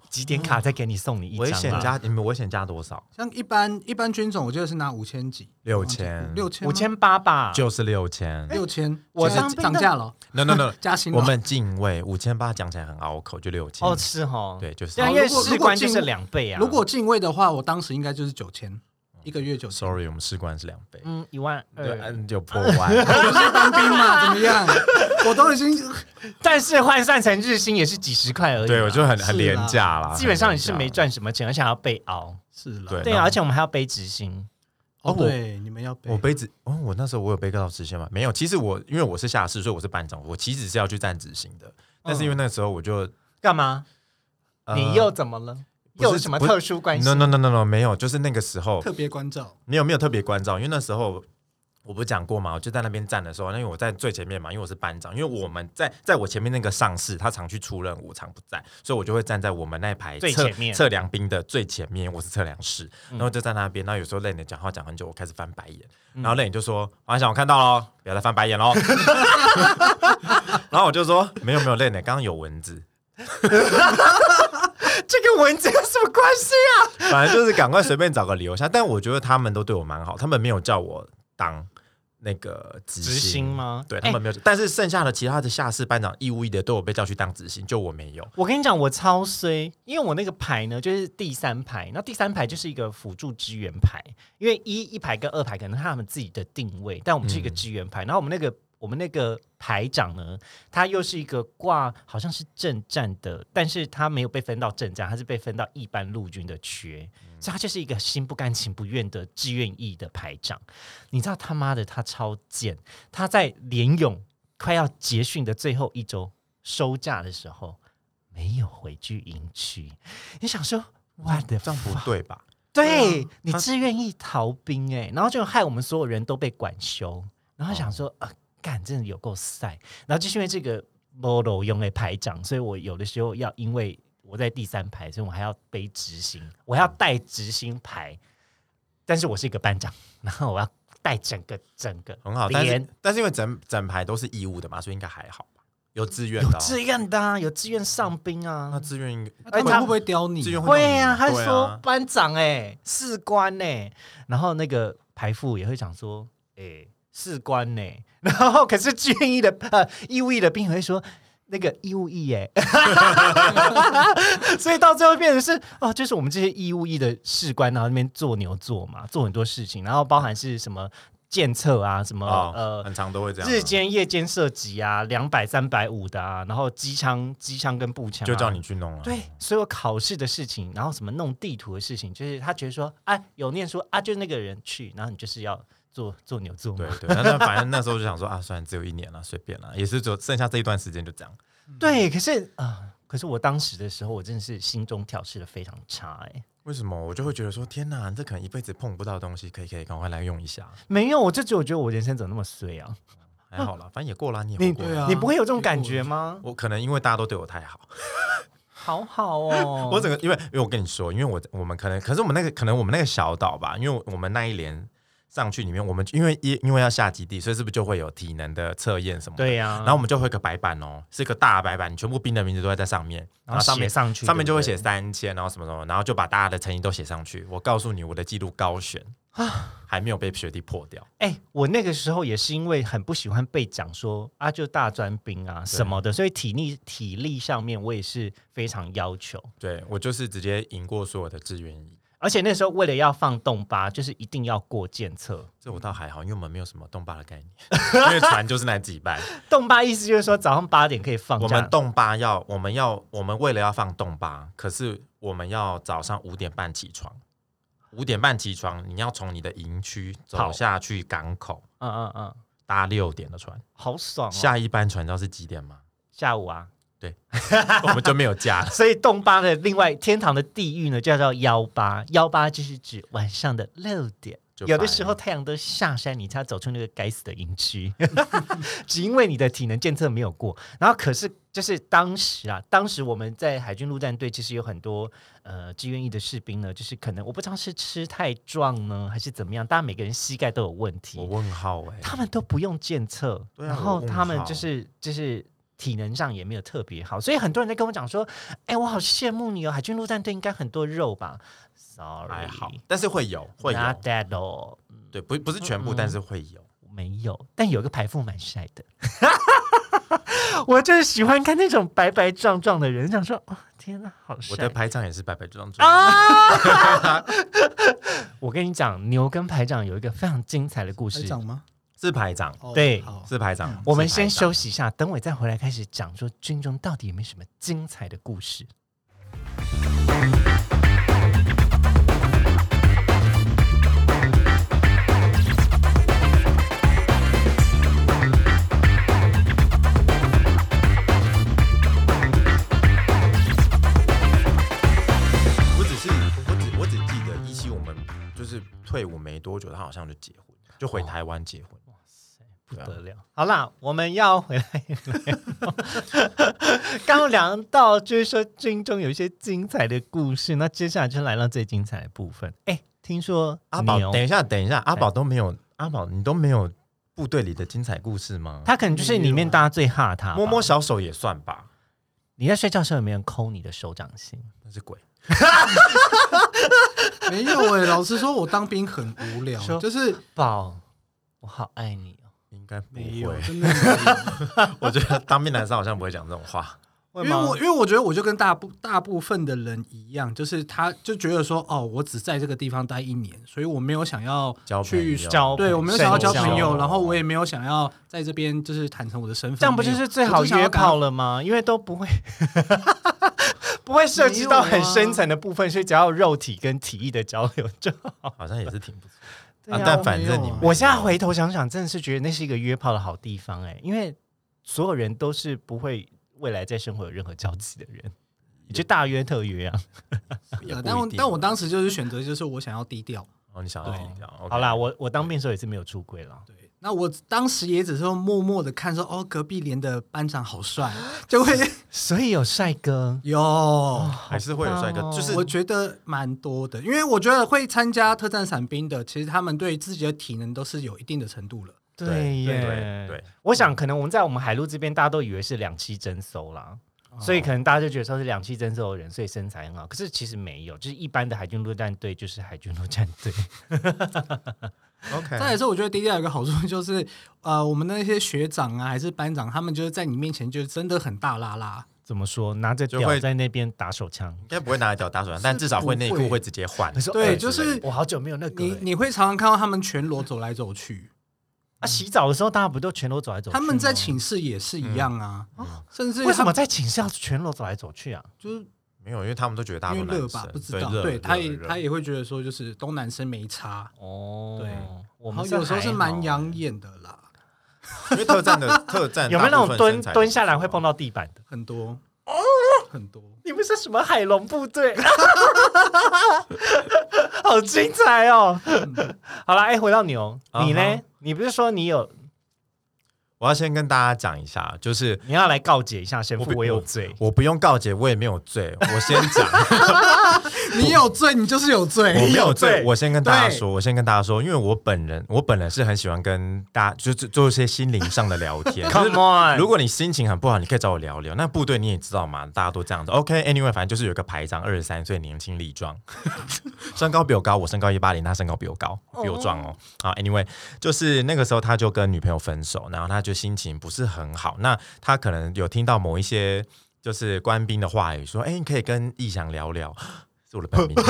Speaker 1: 几点卡再给你送你一张、啊？
Speaker 2: 危险加你们危险加多少？啊
Speaker 3: 像一般一般军种，我记得是拿五千级，
Speaker 2: 六千，
Speaker 3: 六千吗，
Speaker 1: 五千八吧，
Speaker 2: 就是六千。
Speaker 3: 六千，
Speaker 1: 哎我
Speaker 3: 现在
Speaker 1: 当兵的哎
Speaker 3: 涨价了，
Speaker 2: No no no，
Speaker 3: 加薪了。
Speaker 2: 我们禁卫五千八讲起来很拗口，就六千
Speaker 1: 哦。是哦，
Speaker 2: 对，就是
Speaker 1: 对啊，
Speaker 3: 好
Speaker 1: 因为
Speaker 3: 如果
Speaker 1: 士
Speaker 3: 如果
Speaker 1: 官就
Speaker 3: 进
Speaker 1: 是两倍啊。
Speaker 3: 如果进位的话，我当时应该就是九千，一个月九 千。
Speaker 2: sorry，我们士官是两倍，
Speaker 1: 嗯一万
Speaker 2: 对，
Speaker 3: 呃
Speaker 1: 二，
Speaker 2: 嗯，有破万。
Speaker 3: 我就是当兵嘛，怎么样？我都已 经
Speaker 1: 但是换算成日薪也是几十块而已。啊
Speaker 2: 对，我就很很
Speaker 3: 是
Speaker 2: 廉
Speaker 3: 啦
Speaker 2: 价啦，
Speaker 1: 基本上
Speaker 2: 很
Speaker 1: 你
Speaker 2: 廉
Speaker 1: 是
Speaker 2: 价
Speaker 1: 没。赚什么钱，而且还要被熬。
Speaker 3: 是了。
Speaker 2: 对
Speaker 1: 对
Speaker 2: 那
Speaker 1: 啊，
Speaker 2: 我
Speaker 1: 而且我们还要背执行。
Speaker 3: 哦，
Speaker 2: 哦
Speaker 3: 对，你们要背
Speaker 2: 我背指，哦，我那时候我有背到直线吗？没有，其实我因为我是下士，所以我是班长，我其实是要去站执行的。但
Speaker 1: 嗯
Speaker 2: 是因为那时候我就，
Speaker 1: 干嘛？
Speaker 2: 呃
Speaker 1: 你又怎么了？
Speaker 2: 不是
Speaker 1: 又有什么
Speaker 2: 不是
Speaker 1: 特殊关系
Speaker 2: no no no no no 没有，就是那个时候
Speaker 3: 特别关照。
Speaker 2: 没有没有特别关照，因为那时候我不是讲过嘛，我就在那边站的时候，因为我在最前面嘛，因为我是班长，因为我们在在我前面那个上士，他常去出任务，常不在，所以我就会站在我们那排
Speaker 1: 最
Speaker 2: 测
Speaker 1: 前面嗯
Speaker 2: 测量兵的最前面，我是测量士，然后就在那边，然后有时候累你讲话讲很久，我开始翻白眼，
Speaker 1: 嗯
Speaker 2: 然后累你就说王想我看到喽，不要再翻白眼喽， 然后我就说没有没有累你，刚刚有蚊子。
Speaker 1: 这跟文字有什么关系啊？
Speaker 2: 反正就是赶快随便找个理由下。 但我觉得他们都对我蛮好，他们没有叫我当那个执
Speaker 1: 执行吗哎
Speaker 2: 对他们没有，但是剩下的其他的下士班长义务役的都有被叫去当执行，就我没有。
Speaker 1: 我跟你讲，我超衰，因为我那个牌呢，就是第三排，那第三排就是一个辅助支援牌，因为一一排跟二排可能是他们自己的定位，但我们是一个支援牌。然后我们那个我们那个排长呢，他又是一个挂好像是正战的，但是他没有被分到正战，他是被分到一般陆军的缺，所以他就是一个心不甘情不愿的志愿役的排长。你知道他妈的他超贱，他在联勇快要结训的最后一周收假的时候。没有回去营区，你想说 what the
Speaker 2: 这样
Speaker 1: fuck？
Speaker 2: 不对 啊吧？
Speaker 1: 对你
Speaker 2: 他
Speaker 1: 自愿意逃兵哎、然后就害我们所有人都被管休，然后想说、
Speaker 2: 哦
Speaker 1: 啊，干真的有够晒，然后就是因为这个 model 用来排长，所以我有的时候要因为我在第三排，所以我还要背执行，我要带执行牌，但是我是一个班长，然后我要带整个整个
Speaker 2: 很好，但
Speaker 1: 连
Speaker 2: 是但是因为整整排都是义务的嘛，所以应该还好吧？有自愿
Speaker 1: 有
Speaker 2: 的哦、
Speaker 1: 志愿的、啊，有志愿上兵啊，
Speaker 2: 那自愿应
Speaker 3: 那
Speaker 1: 哎
Speaker 3: 他们
Speaker 1: 他
Speaker 3: 会不会刁你
Speaker 2: 自？愿弄
Speaker 1: 会
Speaker 2: 你
Speaker 1: 啊，他
Speaker 2: 对
Speaker 1: 说
Speaker 2: 啊
Speaker 1: 班长哎、士官哎、然后那个排副也会讲说，哎、士官呢、欸 然后可是志愿役的呃义务役的兵也会说。那个义务役哎、 所以到最后变成是哦，就是我们这些义务役的士官，然后那边做牛做马，做很多事情，然后包含是什么监测啊，什么、
Speaker 2: 哦，
Speaker 1: 呃
Speaker 2: 很常都会这样啊、
Speaker 1: 日间、夜间射击啊，两百、三百五的啊，然后机枪、机枪跟步枪啊、
Speaker 2: 就叫你去弄了、
Speaker 1: 对，所有考试的事情，然后什么弄地图的事情，就是他觉得说，啊，有念书啊，就那个人去，然后你就是要做做牛做马
Speaker 2: 对。对，那那反正那时候就想说啊，算了，只有一年了，随便了，也是只有剩下这一段时间就这样。
Speaker 1: 对，可是啊、可是我当时的时候，我真的是心中调试的非常差哎、
Speaker 2: 为什么我就会觉得说天哪，这可能一辈子碰不到的东西，可以可以赶快来用 一下。
Speaker 1: 没有，我就只有觉得我人生怎么那么衰啊？
Speaker 2: 还好啦，反正也过了，你也
Speaker 1: 你
Speaker 2: 活过
Speaker 3: 对
Speaker 2: 了。
Speaker 3: 啊
Speaker 1: 你不会有这种感觉吗？
Speaker 2: 我可能因为大家都对我太好，，
Speaker 1: 好好 哦
Speaker 2: 我整个因为因为我跟你说，因为我我们可能可是我们那个可能我们那个小岛吧，因为我们那一连上去里面，我们因为因因为要下基地，所以是不是就会有体能的测验什么的？
Speaker 1: 对呀、
Speaker 2: 然后我们就会有一个白板哦，是一个大白板，你全部兵的名字都会在上面，
Speaker 1: 然后
Speaker 2: 上面
Speaker 1: 写上去
Speaker 2: 上面就会
Speaker 1: 对
Speaker 2: 写
Speaker 1: 不
Speaker 2: 三千，然后什么什么，然后就把大家的成绩都写上去。我告诉你，我的记录高悬，
Speaker 1: 啊
Speaker 2: 还没有被学弟破掉。
Speaker 1: 哎、我那个时候也是因为很不喜欢被讲说啊，就大专兵啊什么的，所以体力体力上面我也是非常要求。
Speaker 2: 对我就是直接赢过所有的志愿役。
Speaker 1: 而且那时候为了要放洞八，就是一定要过检测。
Speaker 2: 这我倒还好，因为我们没有什么动坝的概念，因为船就是那几班，
Speaker 1: 洞八意思就是说早上八点可以放假，
Speaker 2: 我们动坝要，我们要，我们为了要放动坝，可是我们要早上五点半起床，五点半起床，你要从你的营区
Speaker 1: 好
Speaker 2: 走下去港口，
Speaker 1: 嗯嗯嗯，
Speaker 2: 搭六点的船，
Speaker 1: 好爽哦！
Speaker 2: 下一班船你知道是几点吗？
Speaker 1: 下午啊，。
Speaker 2: 我们就没有假
Speaker 1: 所以洞八的另外天堂的地狱呢，就叫做幺八，幺八就是指晚上的六点。
Speaker 2: 就
Speaker 1: 有的
Speaker 2: 白
Speaker 1: 时候太阳都下山，你才走出那个该死的营区， 只因为你的体能监测没有过。然后可是就是当时啊，当时我们在海军陆战队其实有很多呃志愿役的士兵呢，就是可能我不知道是吃太壮呢，还是怎么样，大家每个人膝盖都有问 题
Speaker 2: 我，问号哎、
Speaker 1: 他们都不用检测，
Speaker 2: 对啊
Speaker 1: 然
Speaker 2: 我
Speaker 1: 后
Speaker 2: 问
Speaker 1: 他们
Speaker 2: 号
Speaker 1: 就是就是体能上也没有特别好，所以很多人在跟我讲说，哎，我好羡慕你哦，海军陆战队应该很多肉吧？Sorry，
Speaker 2: 还好，但是会有会有
Speaker 1: Not that all，嗯
Speaker 2: 对，不不是全部，
Speaker 1: 嗯
Speaker 2: 但是会有。
Speaker 1: 没有，但有一个排副蛮帅的。 我就是喜欢看那种白白壮壮的人，想说，哦，天哪，好
Speaker 2: 我的
Speaker 1: 帅！
Speaker 2: 排长也是白白壮壮，
Speaker 1: 啊！ 我跟你讲，牛跟排长有一个非常精彩的故
Speaker 3: 还
Speaker 1: 事。
Speaker 3: 长吗？
Speaker 2: 是排长，
Speaker 3: 哦
Speaker 1: 对
Speaker 3: 好
Speaker 2: 是排长。
Speaker 1: 嗯我们
Speaker 2: 是排
Speaker 1: 先
Speaker 2: 长
Speaker 1: 休息一下，等我再回来开始讲说军中到底有没有什么精彩的故事。
Speaker 2: 我只是我只我只记得一七我们就是退伍没多久，他好像就结婚，就回台湾结婚。
Speaker 1: 哦不得了！好啦，我们要回来。 刚刚聊到就是说军中有一些精彩的故事，那接下来就来到最精彩的部分。哎，听说
Speaker 2: 阿宝
Speaker 1: 牛，
Speaker 2: 等一下，等一下，
Speaker 1: 哎
Speaker 2: 阿宝都没有，阿宝你都没有部队里的精彩故事吗？
Speaker 1: 他可能就是里面大家最怕他吧。
Speaker 2: 摸摸小手也算吧，
Speaker 1: 你在睡觉的时候有没有人抠你的手掌心？
Speaker 2: 那是鬼。
Speaker 3: 没有哎、老实说，我当兵很无聊
Speaker 1: 说，
Speaker 3: 就是
Speaker 1: 宝，我好爱你哦。
Speaker 2: 应该不
Speaker 3: 没有，
Speaker 2: 会，
Speaker 3: 真的没有，
Speaker 2: 我觉得当兵男生好像不会讲这种 话。
Speaker 3: 因为我因为我觉得我就跟大部大部分的人一样，就是他就觉得说，哦，我只在这个地方待一年，所以我没有想要
Speaker 2: 交朋
Speaker 3: 去
Speaker 2: 友，
Speaker 1: 交
Speaker 3: 对我没有想要交
Speaker 1: 社
Speaker 3: 朋
Speaker 1: 交
Speaker 3: 友，然后我也没有想要在这边就是坦诚我的身份，
Speaker 1: 这样不就是最好约炮
Speaker 3: 了？
Speaker 1: 了吗？因为都不会 不会涉及到很深层的部分，所以只要有肉体跟体意的交流就好。
Speaker 2: 好像也是挺不错。
Speaker 1: 对啊
Speaker 2: 但反正你
Speaker 3: 我没有啊
Speaker 2: 们
Speaker 1: 我现在回头想想，真的是觉得那是一个约炮的好地方哎、因为所有人都是不会未来在生活有任何交集的人，你就大约特约啊。
Speaker 2: 也不一
Speaker 3: 对啊但我
Speaker 2: 定
Speaker 3: 但我当时就是选择，就是我想要低调。
Speaker 2: 哦，你想要低调，OK
Speaker 1: 好啦，我我当兵的时候也是没有出轨啦。
Speaker 3: 对，那我当时也只是默默的看说，哦，隔壁连的班长好帅，就会
Speaker 1: 所以有帅哥
Speaker 3: 有。
Speaker 2: 还是会有帅哥
Speaker 1: 好棒哦，
Speaker 2: 就是
Speaker 3: 我觉得蛮多的，因为我觉得会参加特战伞兵的，其实他们对自己的体能都是有一定的程度了。
Speaker 1: 对耶，
Speaker 2: 对对，
Speaker 1: 我想可能我们在我们海陆这边，大家都以为是两栖征收啦，所以可能大家就觉得说是两栖征收的人，所以身材很好。可是其实没有，就是一般的海军陆战队就是海军陆战队。
Speaker 2: OK，
Speaker 3: 再来说，我觉得低调有一个好处就是，呃，我们的那些学长啊，还是班长，他们就是在你面前就是真的很大拉拉，
Speaker 1: 怎么说？拿着
Speaker 2: 就
Speaker 1: 屌
Speaker 2: 会
Speaker 1: 在那边打手枪。
Speaker 2: 应该不会拿来屌打手枪，但至少会内裤会直接换
Speaker 1: 可。是
Speaker 3: 对
Speaker 1: 哎
Speaker 3: 就是
Speaker 1: 我好久没有那个
Speaker 3: 你
Speaker 1: 了
Speaker 3: 你会常常看到他们全裸走来走去，
Speaker 1: 啊！洗澡的时候，大家不都全裸走来走去吗？
Speaker 3: 他们在寝室也是一样啊，甚至
Speaker 1: 为
Speaker 3: 他
Speaker 1: 什么在寝室要全裸走来走去啊？
Speaker 3: 就是
Speaker 2: 没有，因为他们都觉得大
Speaker 3: 因
Speaker 2: 陆
Speaker 3: 为
Speaker 2: 男
Speaker 3: 热
Speaker 2: 生
Speaker 3: 吧，不知道，
Speaker 2: 热
Speaker 3: 对，他也
Speaker 2: 热热
Speaker 3: 他也会觉得说，就是都男生没差，
Speaker 1: 哦，
Speaker 3: 对，
Speaker 1: 我
Speaker 3: 然
Speaker 1: 们哦
Speaker 3: 后有时候
Speaker 1: 还
Speaker 3: 是蛮
Speaker 1: 好
Speaker 3: 养眼的啦，
Speaker 2: 因为特战的特战
Speaker 1: 有没有那
Speaker 2: 大部
Speaker 1: 种
Speaker 2: 分
Speaker 1: 蹲
Speaker 2: 身材都
Speaker 1: 蹲下来会
Speaker 2: 不错
Speaker 1: 碰到地板的？
Speaker 3: 很多很多。
Speaker 1: 你们是什么海龙部队？ 好精彩哦！好了，哎、回到牛，你呢
Speaker 2: 啊哈
Speaker 1: 你不是说你有
Speaker 2: 我要先跟大家讲一下，就是
Speaker 1: 你要来告解一下神父
Speaker 2: 我，不
Speaker 1: 我有罪。
Speaker 2: 我不用告解，我也没有罪，我先 讲，
Speaker 3: 你有罪，你就是有
Speaker 1: 哎
Speaker 3: 罪。
Speaker 2: 我没有
Speaker 1: 罪
Speaker 2: 罪，我先跟大家
Speaker 3: 对
Speaker 2: 说，我先跟大家说，因为我本人，我本人是很喜欢跟大家就是做一些心灵上的聊天。
Speaker 1: Come on，
Speaker 2: 如果你心情很不好，你可以找我聊聊。那部队你也知道嘛，大家都这样子。OK，Anyway，、反正就是有一个排长，二十三岁，年轻力壮， 身高比我高，我身高一八零，他身高比我高，比我壮哦。好，Anyway，就是那个时候他就跟女朋友分手，然后他就心情不是很好。那他可能有听到某一些就是官兵的话语，说：“哎、你可以跟义祥聊聊。”是我的本名。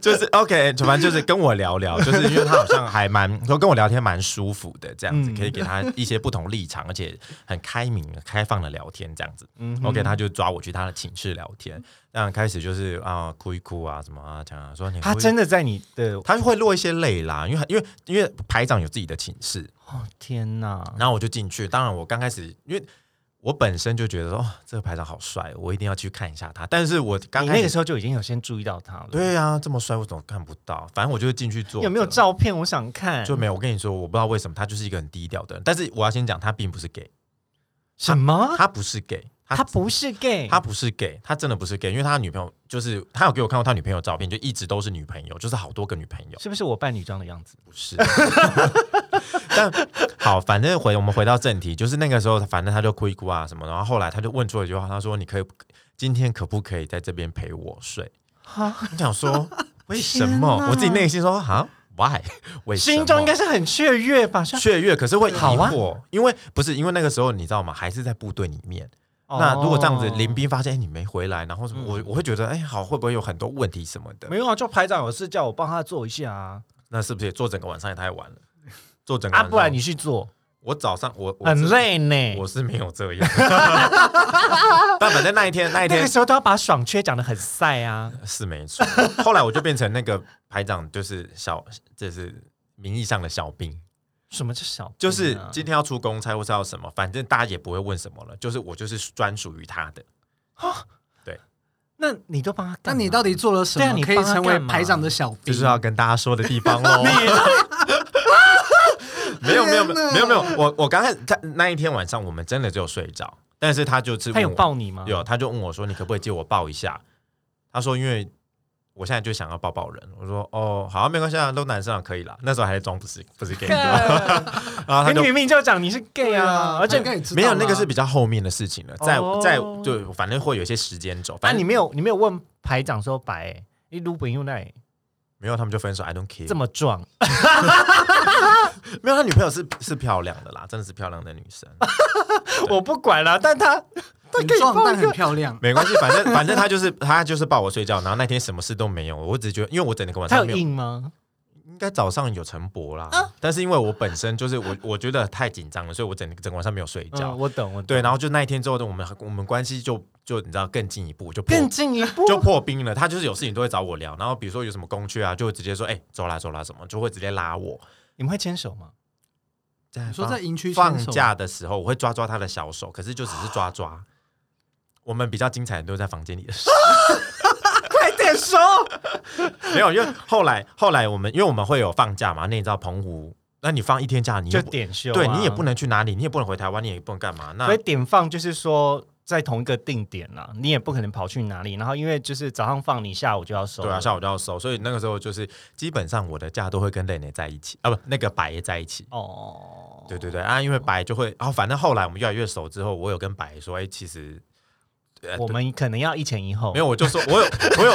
Speaker 2: 就是 OK，反正就是跟我聊聊，就是因为他好像还蛮，都跟我聊天蛮舒服的，这样子
Speaker 1: 嗯
Speaker 2: 可以给他一些不同立场，而且很开明、开放的聊天这样子。
Speaker 1: 嗯哼
Speaker 2: OK，他就抓我去他的寝室聊天，那开始就是啊、哭一哭啊什么啊讲啊说你
Speaker 1: 他
Speaker 2: 会
Speaker 1: 真的在你的，
Speaker 2: 他会落一些泪啦，因为因为因为排长有自己的寝室，
Speaker 1: 哦天哪，
Speaker 2: 然后我就进去。当然，我刚开始因为我本身就觉得说，哦，这个排长好帅，我一定要去看一下他。但是我刚
Speaker 1: 你
Speaker 2: 开
Speaker 1: 那个
Speaker 2: 始
Speaker 1: 时候就已经有先注意到他了，
Speaker 2: 对啊，这么帅我怎么看不到？反正我就进去做，
Speaker 1: 有没有照片？我想看，
Speaker 2: 就没有。我跟你说，我不知道为什么他就是一个很低调的人。但是我要先讲，他并不是 gay，
Speaker 1: 什么？
Speaker 2: 他不是 gay，他
Speaker 1: 啊他不是 gay，
Speaker 2: 他不是 gay，他真的不是 gay，因为他女朋友就是他有给我看过他女朋友的照片，就一直都是女朋友，就是好多个女朋友。
Speaker 1: 是不是我扮女装的样子？
Speaker 2: 不是。 但好，反正回我们回到正题，就是那个时候，反正他就哭一哭啊什么，然后后来他就问出了一句话，他说：“你可以今天可不可以在这边陪我睡
Speaker 1: 哈，？”
Speaker 2: 我想说为什
Speaker 1: 天
Speaker 2: 么
Speaker 1: 哪？
Speaker 2: 我自己内心说啊，why？为什么？
Speaker 1: 心中应该是很雀跃吧？像
Speaker 2: 雀跃，可是会疑
Speaker 1: 好啊
Speaker 2: 惑，因为不是因为那个时候你知道吗？还是在部队里面。
Speaker 1: 哦
Speaker 2: 那如果这样子，林斌发现哎、你没回来，然后什么，我我会觉得哎、好会不会有很多问题什么的？
Speaker 1: 嗯没有啊，就排长有事叫我帮他做一下啊，
Speaker 2: 那是不是也做整个晚上也太晚了？做整个
Speaker 1: 啊，
Speaker 2: 晚上
Speaker 1: 不然你去做，
Speaker 2: 我早上我我
Speaker 1: 很
Speaker 2: 这
Speaker 1: 累呢。
Speaker 2: 我是没有这 样，但反正那一天那一
Speaker 1: 那
Speaker 2: 天
Speaker 1: 个时候都要把爽缺讲的很晒啊，
Speaker 2: 是没错。后来我就变成那个排长，就是小，就是名义上的小兵，
Speaker 1: 什么叫小、啊？
Speaker 2: 就是今天要出公差或是要什么，反正大家也不会问什么了，就是我就是专属于他的。
Speaker 1: 那你都帮他
Speaker 3: 那
Speaker 1: 干嘛，
Speaker 3: 你到底做了什
Speaker 1: 对啊
Speaker 3: 么
Speaker 1: 你
Speaker 3: 可以
Speaker 1: 帮他
Speaker 3: 成为
Speaker 1: 干嘛
Speaker 3: 排长的小
Speaker 2: 就
Speaker 3: 兵？
Speaker 2: 是啊要跟大家说的地方 喽。没有没有没有没有没有，我我刚开始在那一天晚上，我们真的只有睡着，但是他就是
Speaker 1: 他有
Speaker 2: 问我
Speaker 1: 抱你吗？
Speaker 2: 有，他就问我说：“你可不可以借我抱一下？”他说：“因为我现在就想要抱抱人。”我说：“哦，好、啊，没关系啊，都男生啊，可以啦。”那时候还在装不是 不是 gay，然
Speaker 1: 干
Speaker 2: 啊后他
Speaker 1: 你
Speaker 2: 就
Speaker 1: 明明就讲你是 gay
Speaker 3: 对
Speaker 1: 啊，
Speaker 3: 啊，
Speaker 1: 而且
Speaker 3: 应该也知道
Speaker 2: 没有那
Speaker 3: 啦
Speaker 2: 个是比较后面的事情了，在
Speaker 1: 哦
Speaker 2: 在就反正会有一些时间轴，
Speaker 1: 那、
Speaker 2: 反正
Speaker 1: 你没有你没有问排长说白、欸，你如本用奈
Speaker 2: 没有他们就分手，I don't care。
Speaker 1: 这么壮，
Speaker 2: 没有他女朋友是是漂亮的啦，真的是漂亮的女生，
Speaker 1: 我不管了，但他
Speaker 3: 很
Speaker 1: 可以
Speaker 3: 壮
Speaker 1: 抱
Speaker 3: 但
Speaker 1: 一
Speaker 3: 很
Speaker 1: 个
Speaker 3: 漂亮。
Speaker 2: 没关系，反正反正他就是他就是抱我睡觉，然后那天什么事都没有，我只觉得因为我整个晚
Speaker 1: 他有
Speaker 2: 上没有
Speaker 1: 硬啊吗？
Speaker 2: 应该早上有晨勃啦，但是因为我本身就是我，我觉得太紧张了，所以我整整个晚上没有睡觉。
Speaker 1: 嗯，我懂我懂，
Speaker 2: 对，然后就那一天之后，我们我们关系就就你知道更进一步，就破
Speaker 1: 更进一步，
Speaker 2: 就破冰了。他就是有事情都会找我聊，然后比如说有什么公缺啊，就会直接说哎、走啦走啦什么，就会直接拉我。
Speaker 1: 你们会牵手吗？
Speaker 2: 你
Speaker 3: 你说在营区
Speaker 2: 放
Speaker 3: 牵手
Speaker 2: 假的时候，我会抓抓他的小手，可是就只是抓抓。我们比较精彩的都是在房间里的事，哎
Speaker 1: 快点说，
Speaker 2: 没有，因为后来后来我们因为我们会有放假嘛，那你知道澎湖，那你放一天假，你
Speaker 1: 就
Speaker 2: 又不
Speaker 1: 点秀、啊
Speaker 2: 对你也不。能去哪里，你也不能回台湾，你也不能干嘛。那
Speaker 1: 所以点放就是说在同一个定点啦，你也不可能跑去哪里。然后因为就是早上放你，下午就要收。
Speaker 2: 对啊，下午就要收，所以那个时候就是基本上我的假都会跟蕾蕾在一起啊，不，那个白也在一起。
Speaker 1: 哦，
Speaker 2: 对对对啊，因为白就会，然、后反正后来我们越来越熟之后，我有跟白说，哎、其实呃
Speaker 1: 我们可能要一前一后。
Speaker 2: 没有，我就说 我有我有，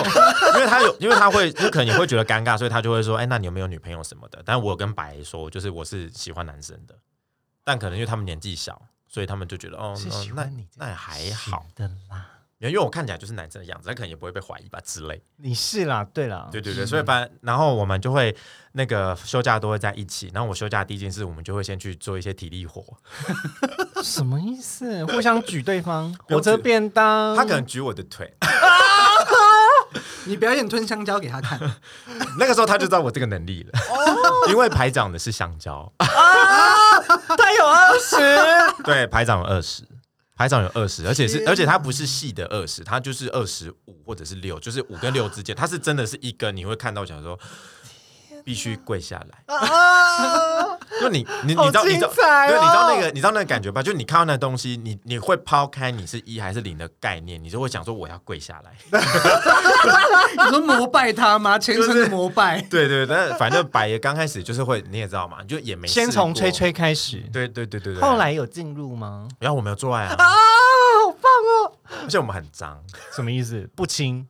Speaker 2: 因为他有，因为他会，就可能你会觉得尴尬，所以他就会说，哎、那你有没有女朋友什么的？但我有跟白说，就是我是喜欢男生的，但可能因为他们年纪小，所以他们就觉得哦，
Speaker 1: 是
Speaker 2: 哦
Speaker 1: 喜欢你这
Speaker 2: 那那还
Speaker 1: 型
Speaker 2: 好，
Speaker 1: 的啦，
Speaker 2: 因为我看起来就是男生的样子，他可能也不会被怀疑吧之类。
Speaker 1: 你哦是啦，对啦，
Speaker 2: 对对对，所以反正然后我们就会那个休假都会在一起。然后我休假第一件事，我们就会先去做一些体力活。
Speaker 1: 什么意思？互相举对 方，
Speaker 2: 不用
Speaker 1: 火车
Speaker 2: 举
Speaker 1: 便当，
Speaker 2: 他可能举我的腿，
Speaker 3: 你表演吞香蕉给他看，
Speaker 2: 那个时候他就知道我这个能力了，因为排长的是香蕉，
Speaker 1: 他有二 十，
Speaker 2: 对，排长有二十。排长有二十，而且是
Speaker 3: 天
Speaker 2: 而且他不是细的二十，他就是二十五或者是六，就是五跟六之间，他是真的是一根，你会看到想说必须跪下来，
Speaker 1: 啊
Speaker 2: 就你你你知道
Speaker 1: 好
Speaker 2: 你知
Speaker 1: 精
Speaker 2: 道
Speaker 1: 彩
Speaker 2: 对，你知道那个
Speaker 1: 哦，
Speaker 2: 你知道那个感觉吧？就你看到那东西，你你会抛开你是一还是零的概念，你就会想说我要跪下来。
Speaker 3: 你说膜拜他吗？虔诚的膜拜。
Speaker 2: 对对，但反正百爷刚开始就是会，你也知道嘛，就也没
Speaker 1: 先
Speaker 2: 试
Speaker 1: 从
Speaker 2: 过
Speaker 1: 吹。吹开始，
Speaker 2: 对对对对对。
Speaker 1: 后，来有进入吗？
Speaker 2: 然后我们有做爱啊，
Speaker 1: 啊，好棒哦！
Speaker 2: 而且我们很脏，
Speaker 1: 什么意思？不亲，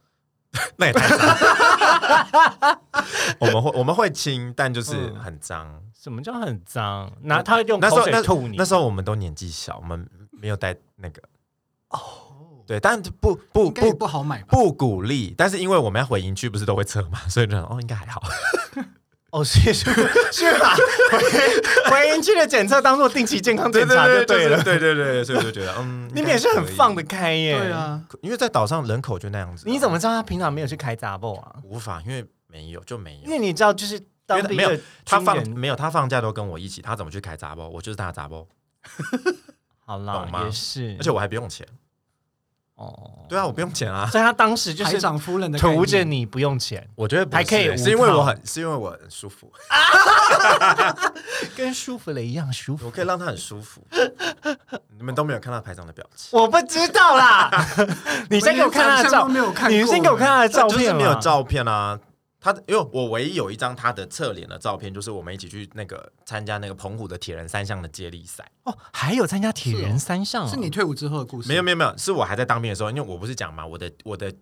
Speaker 2: 那也太脏。我们会我们会亲，但就是
Speaker 1: 嗯
Speaker 2: 很脏。
Speaker 1: 什么叫很脏？拿他用
Speaker 2: 那时
Speaker 1: 口
Speaker 2: 候
Speaker 1: 水
Speaker 2: 那
Speaker 1: 吐你哦
Speaker 2: 那时候我们都年纪小，我们没有带那个。对，但不不
Speaker 3: 应该也
Speaker 2: 不
Speaker 3: 不好买吧？
Speaker 2: 不鼓励，但是因为我们要回营区，不是都会测嘛，所以就想哦，应该还好。
Speaker 1: 哦，是是 是吧？回回营区的检测当做定期健康检查就对
Speaker 2: 就是
Speaker 1: 了。
Speaker 2: 对对对，所以我就觉得嗯，
Speaker 1: 你们也是很放得
Speaker 2: 应
Speaker 1: 开耶。
Speaker 3: 对，啊，
Speaker 2: 该可以，因为在岛上人口就那样子啊、
Speaker 1: 你怎么知道他平常没有去开杂报啊？
Speaker 2: 无法？因为没有就没
Speaker 1: 因
Speaker 2: 有，
Speaker 1: 为你知道，就是当地
Speaker 2: 没有
Speaker 1: 的
Speaker 2: 他
Speaker 1: 军
Speaker 2: 放
Speaker 1: 人，
Speaker 2: 没有他放假都跟我一起，他怎么去开杂包？我就是他的杂包，
Speaker 1: 好啦
Speaker 2: 懂，吗
Speaker 1: 也是，
Speaker 2: 而且我还不用钱。
Speaker 1: 哦，
Speaker 2: 对啊，我不用钱啊。
Speaker 1: 所以他当时就
Speaker 3: 台
Speaker 1: 是
Speaker 3: 长夫人的概
Speaker 1: 图
Speaker 3: 念
Speaker 1: 着你不用钱，
Speaker 2: 我觉得不是
Speaker 1: 还可以
Speaker 2: 欸
Speaker 1: 无
Speaker 2: 是因为
Speaker 1: 套
Speaker 2: 我很是因为我很舒服，
Speaker 1: 跟舒服了一样舒服。
Speaker 2: 我可以让他很舒服。你们都没有看到排长的表情，
Speaker 1: 我不知道 啦，你先给我看他的
Speaker 3: 我连长
Speaker 1: 照，
Speaker 3: 相都没有看过
Speaker 1: 你先给我看他的照
Speaker 2: 就
Speaker 1: 片
Speaker 2: 是
Speaker 1: 嘛
Speaker 2: 没有，照片啊。他因为我唯一有一张他的侧脸的照片，就是我们一起去那个参加那个澎湖的铁人三项的接力赛。
Speaker 1: 哦，还有参加铁人三项哦，
Speaker 3: 哎是你退伍之后的故事，
Speaker 2: 没有没有没有，是我还在当兵的时候，因为我不是讲嘛，我的我的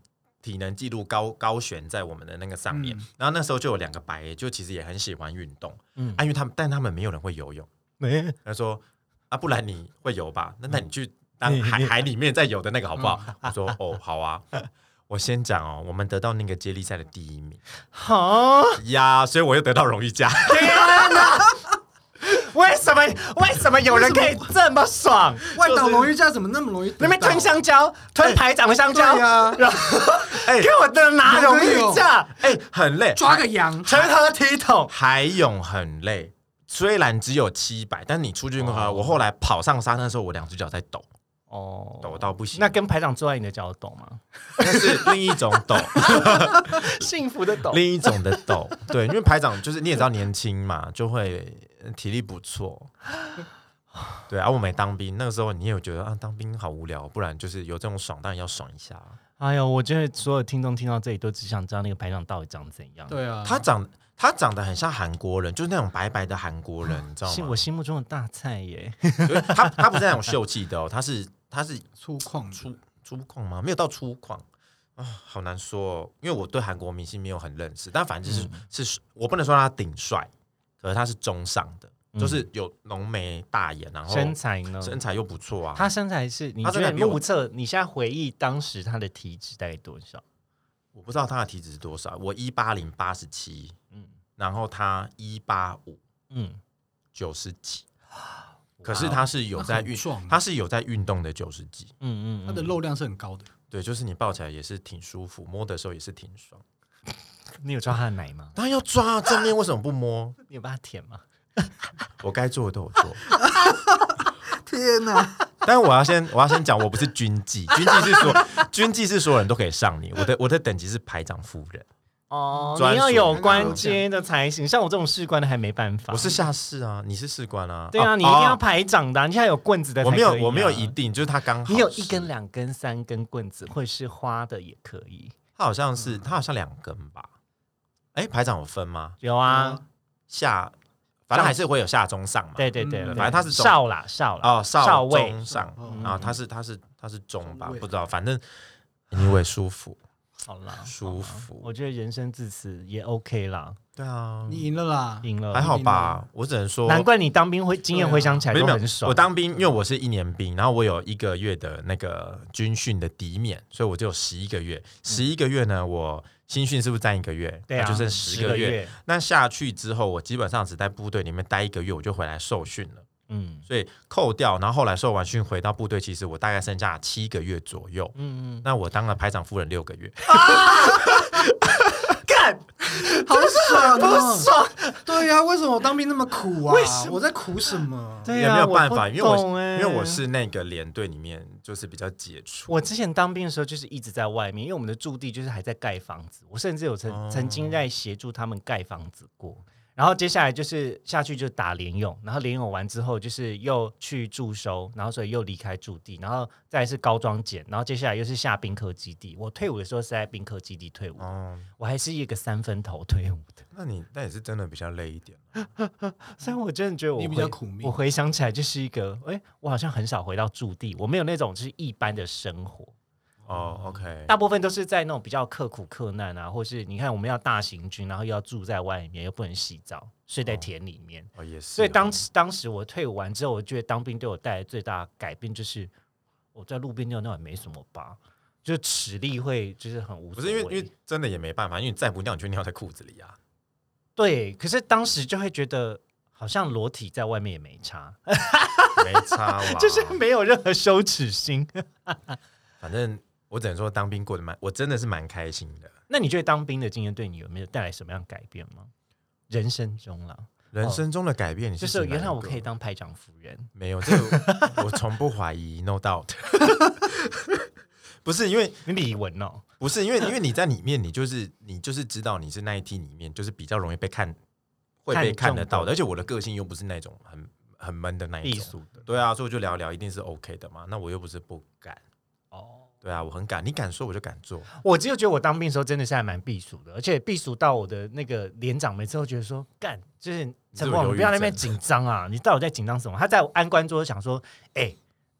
Speaker 2: 体能记录高高悬在我们的那个上面，
Speaker 3: 嗯
Speaker 2: 然后那时候就有两个白，就其实也很喜欢运动，
Speaker 1: 嗯
Speaker 2: 啊，因为他们但他们没有人会游泳，
Speaker 1: 没
Speaker 2: 他说啊，不然你会游吧？那
Speaker 1: 嗯
Speaker 2: 那你去 当
Speaker 1: 你
Speaker 2: 海
Speaker 1: 你
Speaker 2: 海里面再游的那个好不好？
Speaker 1: 嗯
Speaker 2: 我说哦，好啊。我先讲哦，我们得到那个接力赛的第一名
Speaker 1: 好，
Speaker 2: 呀，所以我又得到荣誉 奖。
Speaker 1: 天哪！ 为什么为什么有人可以这么爽？
Speaker 3: 外岛荣誉价怎么那么容易得到？
Speaker 1: 那边吞香蕉，吞排长的香蕉，
Speaker 3: 对啊
Speaker 1: 然后
Speaker 2: 哎
Speaker 1: 给我的拿荣誉架，
Speaker 2: 哎、很累，
Speaker 3: 抓个羊，
Speaker 1: 成何体统？
Speaker 2: 海泳很累，虽然只有七百，但你出去运动的话，
Speaker 1: 哦
Speaker 2: 我后来跑上山的时候，我两只脚在抖，
Speaker 1: 哦
Speaker 2: 抖到不行。
Speaker 1: 那跟排长坐在你的脚抖吗？
Speaker 2: 那是另一种抖，
Speaker 1: 幸福的抖。
Speaker 2: 另一种的 抖。对，因为排长就是你也知道年轻嘛，就会呃体力不 错。对啊，我没当兵，那个时候你也有觉得啊，当兵好无聊，不然就是有这种爽，当然要爽一下啊。
Speaker 1: 哎呦，我觉得所有听众听到这里都只想知道那个排长到底长怎样。，
Speaker 3: 对啊，
Speaker 2: 他长他长得很像韩国人，就是那种白白的韩国人，你知道
Speaker 1: 是
Speaker 2: 吗
Speaker 1: 我？心目中的大菜耶。
Speaker 2: 就是他他不是那种秀气的哦，他是他是
Speaker 3: 粗犷
Speaker 2: 粗粗犷吗？没有到粗犷啊、好难说、哦，因为我对韩国明星没有很认识，但反正就是、
Speaker 1: 嗯
Speaker 2: 是我不能说他顶帅，可是他是中上的，
Speaker 1: 嗯
Speaker 2: 就是有浓眉大眼，然后
Speaker 1: 身材呢？
Speaker 2: 身材又不错啊。
Speaker 1: 他身材是你
Speaker 2: 哦他
Speaker 1: 觉
Speaker 2: 身材
Speaker 1: 得
Speaker 2: 比我
Speaker 1: 目测？你现在回忆当时他的体脂大概多少？
Speaker 2: 我不知道他的体脂是多少，我一八零八十七，
Speaker 1: 嗯
Speaker 2: 然后他一八五
Speaker 1: 嗯，
Speaker 2: 九十几，可是他是有在
Speaker 3: 那很
Speaker 2: 运，
Speaker 3: 壮欸
Speaker 2: 他是有在运动的九十几，
Speaker 1: 嗯嗯，
Speaker 3: 他的
Speaker 1: 嗯
Speaker 3: 肉量是很高的，
Speaker 2: 对，就是你抱起来也是挺舒服，摸的时候也是挺爽。
Speaker 1: 你有抓他的奶吗？
Speaker 2: 当然要抓啊正面，为什么不摸？
Speaker 1: 你有帮他舔吗？
Speaker 2: 我该做的都有做。
Speaker 3: 天哪！
Speaker 2: 但我要先，我要先讲，我不是军纪，军纪是说，军纪是所有人都可以上你。我的我的等级是排长夫人，
Speaker 1: 哦，
Speaker 2: 专
Speaker 1: 你要
Speaker 2: 属
Speaker 1: 有
Speaker 3: 的
Speaker 1: 官阶的才行，像我这种士官的还没办法。
Speaker 2: 我是下士啊，你是士官啊。
Speaker 1: 对啊，
Speaker 2: 哦
Speaker 1: 你一定要
Speaker 2: 哦
Speaker 1: 排长的啊，你现在有棍子的才
Speaker 2: 我
Speaker 1: 可
Speaker 2: 没
Speaker 1: 以啊，
Speaker 2: 有，我没有一定，就是他刚好是，
Speaker 1: 你有一根、两根、三根棍子，或者是花的也可以。
Speaker 2: 他好像
Speaker 1: 嗯
Speaker 2: 是他好像两根吧？哎，排长有分吗？
Speaker 1: 有
Speaker 2: 嗯
Speaker 1: 啊，
Speaker 2: 下，反正还是会有下中上嘛。
Speaker 1: 对对对，
Speaker 3: 嗯
Speaker 1: 对
Speaker 2: 反正他是中
Speaker 1: 少啦少啦，
Speaker 2: 哦，
Speaker 1: 少
Speaker 2: 少
Speaker 1: 尉
Speaker 2: 中上
Speaker 3: 嗯，
Speaker 2: 然后他是他是他是中吧
Speaker 3: 中，尉
Speaker 2: 不知道，反正因为舒服
Speaker 1: 好啦，
Speaker 2: 舒服，
Speaker 1: 我觉得人生至此也 OK 啦，
Speaker 2: 对啊，
Speaker 3: 你赢了啦，
Speaker 1: 赢了
Speaker 2: 还好吧？我只能说，
Speaker 1: 难怪你当兵会经验回想起来
Speaker 2: 没
Speaker 1: 都
Speaker 2: 有
Speaker 1: 很爽。
Speaker 2: 我当兵，因为我是一年兵，然后我有一个月的那个军训的抵免，所以我就有十一个月。十一个月呢，我新训是不是占一个月？
Speaker 1: 对啊，
Speaker 2: 那就剩
Speaker 1: 十
Speaker 2: 十个月。
Speaker 1: 月，
Speaker 2: 那下去之后，我基本上只在部队里面待一个月，我就回来受训了。
Speaker 1: 嗯
Speaker 2: 所以扣掉，然后后来受完训回到部队，其实我大概剩下七个月左右。
Speaker 1: 嗯嗯，
Speaker 2: 那我当了排长夫人六个月，
Speaker 1: 干
Speaker 3: 好爽
Speaker 1: 不
Speaker 3: 哦！
Speaker 1: 爽，
Speaker 3: 对呀，为什么我当兵那么苦啊
Speaker 1: 为什？么
Speaker 3: 我在苦什么？
Speaker 1: 对
Speaker 2: 也
Speaker 1: 啊
Speaker 2: 没有办法，
Speaker 1: 我不
Speaker 2: 因为我是
Speaker 1: 懂欸
Speaker 2: 因为我是那个连队里面就是比较杰出。
Speaker 1: 我之前当兵的时候，就是一直在外面，因为我们的驻地就是还在盖房子，我甚至有曾、
Speaker 2: 哦
Speaker 1: 曾经在协助他们盖房子过。然后接下来就是下去就打联用，然后联用完之后就是又去驻收，然后所以又离开驻地，然后再来是高装检，然后接下来又是下兵科基地。我退伍的时候是在兵科基地退伍，
Speaker 2: 哦，
Speaker 1: 我还是一个三分头退伍 的，
Speaker 2: 那你那也是真的比较累一点。
Speaker 1: 所以我真的觉得我
Speaker 3: 你比
Speaker 1: 回
Speaker 3: 较苦命
Speaker 1: 我回想起来就是一个，哎，我好像很少回到驻地，我没有那种就是一般的生活。
Speaker 2: 哦，OK，
Speaker 1: 大部分都是在那种比较刻苦克难啊，或是你看我们要大行军，然后又要住在外面，又不能洗澡，睡在田里面。
Speaker 2: 哦也是啊，
Speaker 1: 所以当时当时我退伍完之后，我觉得当兵对我带来最大的改变就是，我在路边尿尿也没什么吧，就是齿力会就是很无
Speaker 2: 不
Speaker 1: 所
Speaker 2: 是
Speaker 1: 谓。
Speaker 2: 因为因为真的也没办法，因为你再不尿，你就尿在裤子里啊。
Speaker 1: 对，可是当时就会觉得好像裸体在外面也没差，
Speaker 2: 没差啦，
Speaker 1: 就是没有任何羞耻心。
Speaker 2: 反正我只能说当兵过得蛮，我真的是蛮开心的。
Speaker 1: 那你觉得当兵的经验对你有没有带来什么样改变吗？人生中啦，
Speaker 2: 人生中的改变，你
Speaker 1: 哦就是是
Speaker 2: 指哪
Speaker 1: 原来
Speaker 2: 一
Speaker 1: 我
Speaker 2: 个
Speaker 1: 可以当排长夫人，
Speaker 2: 没有这个我从不怀疑，no doubt。不是因为
Speaker 1: 你李文哦，
Speaker 2: 不是因为因为你在里面，你就是你就是知道你是那一批里面就是比较容易被看会被看得
Speaker 1: 看中
Speaker 2: 到的，
Speaker 1: 的
Speaker 2: 而且我的个性又不是那种很很闷的那一
Speaker 1: 避
Speaker 2: 种。
Speaker 1: 暑的
Speaker 2: 对啊，所以我就聊聊，一定是 OK 的嘛。那我又不是不敢，
Speaker 1: 哦。
Speaker 2: 对啊，我很敢，你敢说我就敢做。
Speaker 1: 我只有觉得我当兵的时候真的是还蛮避暑的，而且避暑到我的那个连长每次都觉得说，干，就是陈
Speaker 2: 有
Speaker 1: 广，
Speaker 2: 忧
Speaker 1: 你
Speaker 2: 郁
Speaker 1: 不要在那边
Speaker 2: 症
Speaker 1: 紧张啊，你到底在紧张什么？他在我安官桌想说，哎、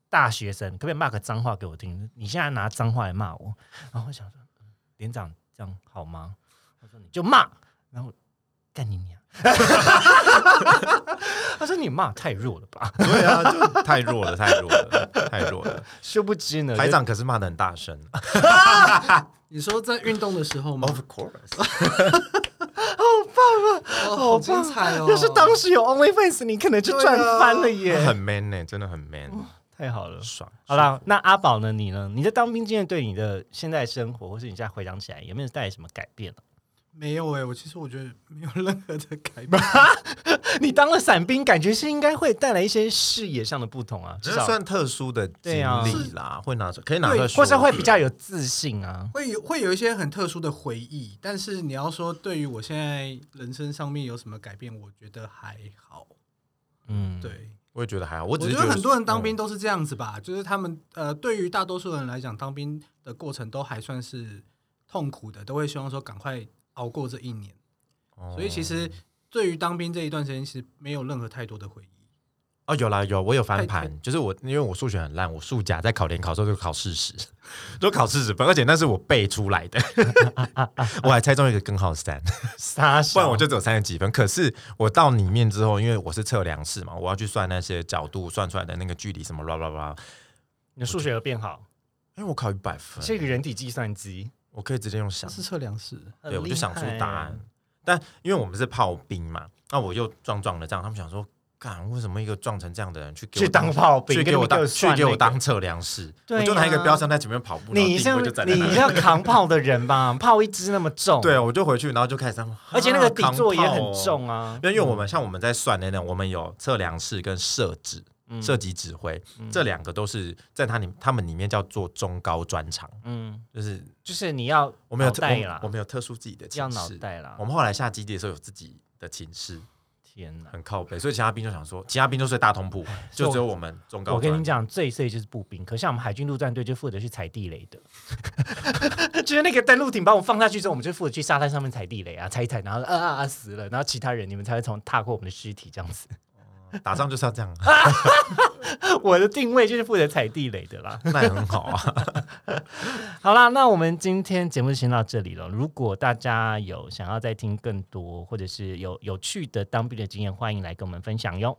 Speaker 1: 大学生，可不可以骂个脏话给我听？你现在拿脏话来骂我，然后我想说，嗯连长这样好吗？他说你就骂，然后我干你娘！ 他说你骂太弱了吧？
Speaker 2: 对啊， 就太弱了，太弱了，太弱了。
Speaker 1: 殊不知呢，
Speaker 2: 排长可是骂的很大声
Speaker 3: 你说在运动的时候吗？
Speaker 2: ，Of course。
Speaker 3: 哦
Speaker 1: 好
Speaker 3: 好
Speaker 1: 棒
Speaker 3: 精彩哦！
Speaker 1: 要是当时有 OnlyFans，你可能就赚翻了耶！
Speaker 2: 很 man 呢、真的很 man，
Speaker 1: 啊 太好了。
Speaker 2: 爽。
Speaker 1: 好啦，那阿宝呢？你呢？你的当兵经验对你的现在生活，或是你现在回想起来，有没有带来什么改变呢、
Speaker 3: 没有哎、我其实我觉得没有任何的改变。
Speaker 1: 你当了伞兵，感觉是应该会带来一些视野上的不同啊，
Speaker 2: 这
Speaker 1: 至少
Speaker 2: 算特殊的经
Speaker 1: 对啊
Speaker 2: 历啦，会拿出可以拿出来说，
Speaker 1: 或是会比较有自信啊。
Speaker 3: 会有会有一些很特殊的回忆，但是你要说对于我现在人生上面有什么改变，我觉得还好。
Speaker 1: 嗯，，
Speaker 3: 对，
Speaker 2: 我也觉得嗯还好，我
Speaker 3: 我
Speaker 2: 只是
Speaker 3: 觉得很多人当兵
Speaker 2: 都、
Speaker 3: 都是这样子吧，就是他们呃，对于大多数人来讲，当兵的过程都还算是痛苦的，都会希望说赶快熬过这一年。
Speaker 2: 哦
Speaker 3: 所以其实对于当兵这一段时间，其实没有任何太多的回忆。
Speaker 2: 哦有啦有，我有翻
Speaker 3: 太
Speaker 2: 盘，就是我因为我数学很烂，我数甲在考联考的时候就考四十，都考四十分，而且那是我背出 来的，我还猜中一个根号三，
Speaker 1: 傻
Speaker 2: 不
Speaker 1: 笑，
Speaker 2: 然我就只有三十几分。可是我到里面之后，因为我是测量式嘛，我要去算那些角度算出来的那个距离什么啦啦啦，
Speaker 1: 你的数学有变好，
Speaker 2: 因为哎我考一百分，
Speaker 1: 是一个人体计算机，
Speaker 2: 我可以直接用想
Speaker 3: 这是测量室，
Speaker 1: 很
Speaker 2: 对，我就
Speaker 1: 厉
Speaker 2: 想出
Speaker 1: 害欸
Speaker 2: 答案。。但因为我们是炮兵嘛，那我又壮壮的这样，他们想说，干为什么一个壮成这样的人去给我
Speaker 1: 去当炮兵，
Speaker 2: 去
Speaker 1: 跟
Speaker 2: 给
Speaker 1: 你
Speaker 2: 我
Speaker 1: 们
Speaker 2: 当
Speaker 1: 算
Speaker 2: 去给我
Speaker 1: 那个
Speaker 2: 当测量师？
Speaker 1: 对
Speaker 2: 我就拿一个
Speaker 1: 呀
Speaker 2: 标枪在前面跑步，然后
Speaker 1: 你
Speaker 2: 定
Speaker 1: 像
Speaker 2: 位就在那
Speaker 1: 你
Speaker 2: 里。
Speaker 1: 像扛炮的人吧，炮一支那么重，
Speaker 2: 对，，我就回去，然后就开始他们，
Speaker 1: 而且那个
Speaker 2: 啊
Speaker 1: 底座也很。
Speaker 2: 扛炮哦
Speaker 1: 重啊，
Speaker 2: 因为我们像我们在算那种，我们有测量室跟射指、
Speaker 1: 嗯
Speaker 2: 射击指挥，这两个都是在它里他们里面叫做中高专长，
Speaker 1: 嗯，
Speaker 2: 就是
Speaker 1: 就是你要
Speaker 2: 我们有
Speaker 1: 脑
Speaker 2: 特
Speaker 1: 袋
Speaker 2: 我
Speaker 1: 啦
Speaker 2: 们我，们有特殊自己的
Speaker 1: 要
Speaker 2: 寝
Speaker 1: 脑
Speaker 2: 室。
Speaker 1: 袋啦
Speaker 2: 我，们后来下基地的时候有自己的寝室，
Speaker 1: 天哪！
Speaker 2: 很靠北，所以其他兵就想说，其他兵都睡 大通铺，就只有我们中高。
Speaker 1: 我跟你，讲，最碎就是步兵，可像我们海军陆战队就负责去踩地雷的， 就是那个登陆艇把我们放下去之后，我们就负责去沙滩上面踩地雷啊，踩一踩，然后啊啊啊死了，然后其他人你们才会从踏过我们的尸体这样子。
Speaker 2: 打仗就是要这样，啊
Speaker 1: 我的定位就是负责踩地雷的啦。
Speaker 2: 那也很好啊。
Speaker 1: 好啦，那我们今天节目就先到这里了。如果大家有想要再听更多，或者是有有趣的当兵的经验，欢迎来跟我们分享哟。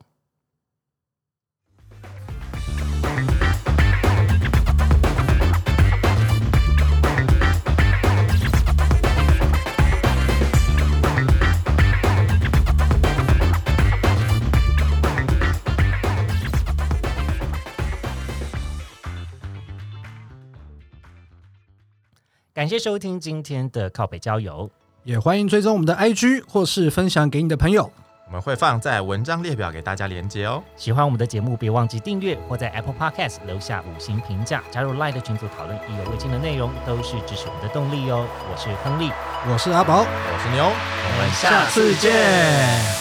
Speaker 1: 感谢收听今天的靠北郊游，
Speaker 3: 也欢迎追踪我们的 IG 或是分享给你的朋友。
Speaker 2: 我们会放在文章列表给大家连接哦。
Speaker 1: 喜欢我们的节目，别忘记订阅或在 Apple Podcast 留下五星评价，加入 Line 的群组讨论意犹未尽的内容，都是支持我们的动力哦。我是亨利，
Speaker 3: 我是阿宝，
Speaker 2: 我是牛，我
Speaker 1: 我
Speaker 2: 们
Speaker 1: 们
Speaker 2: 下次见。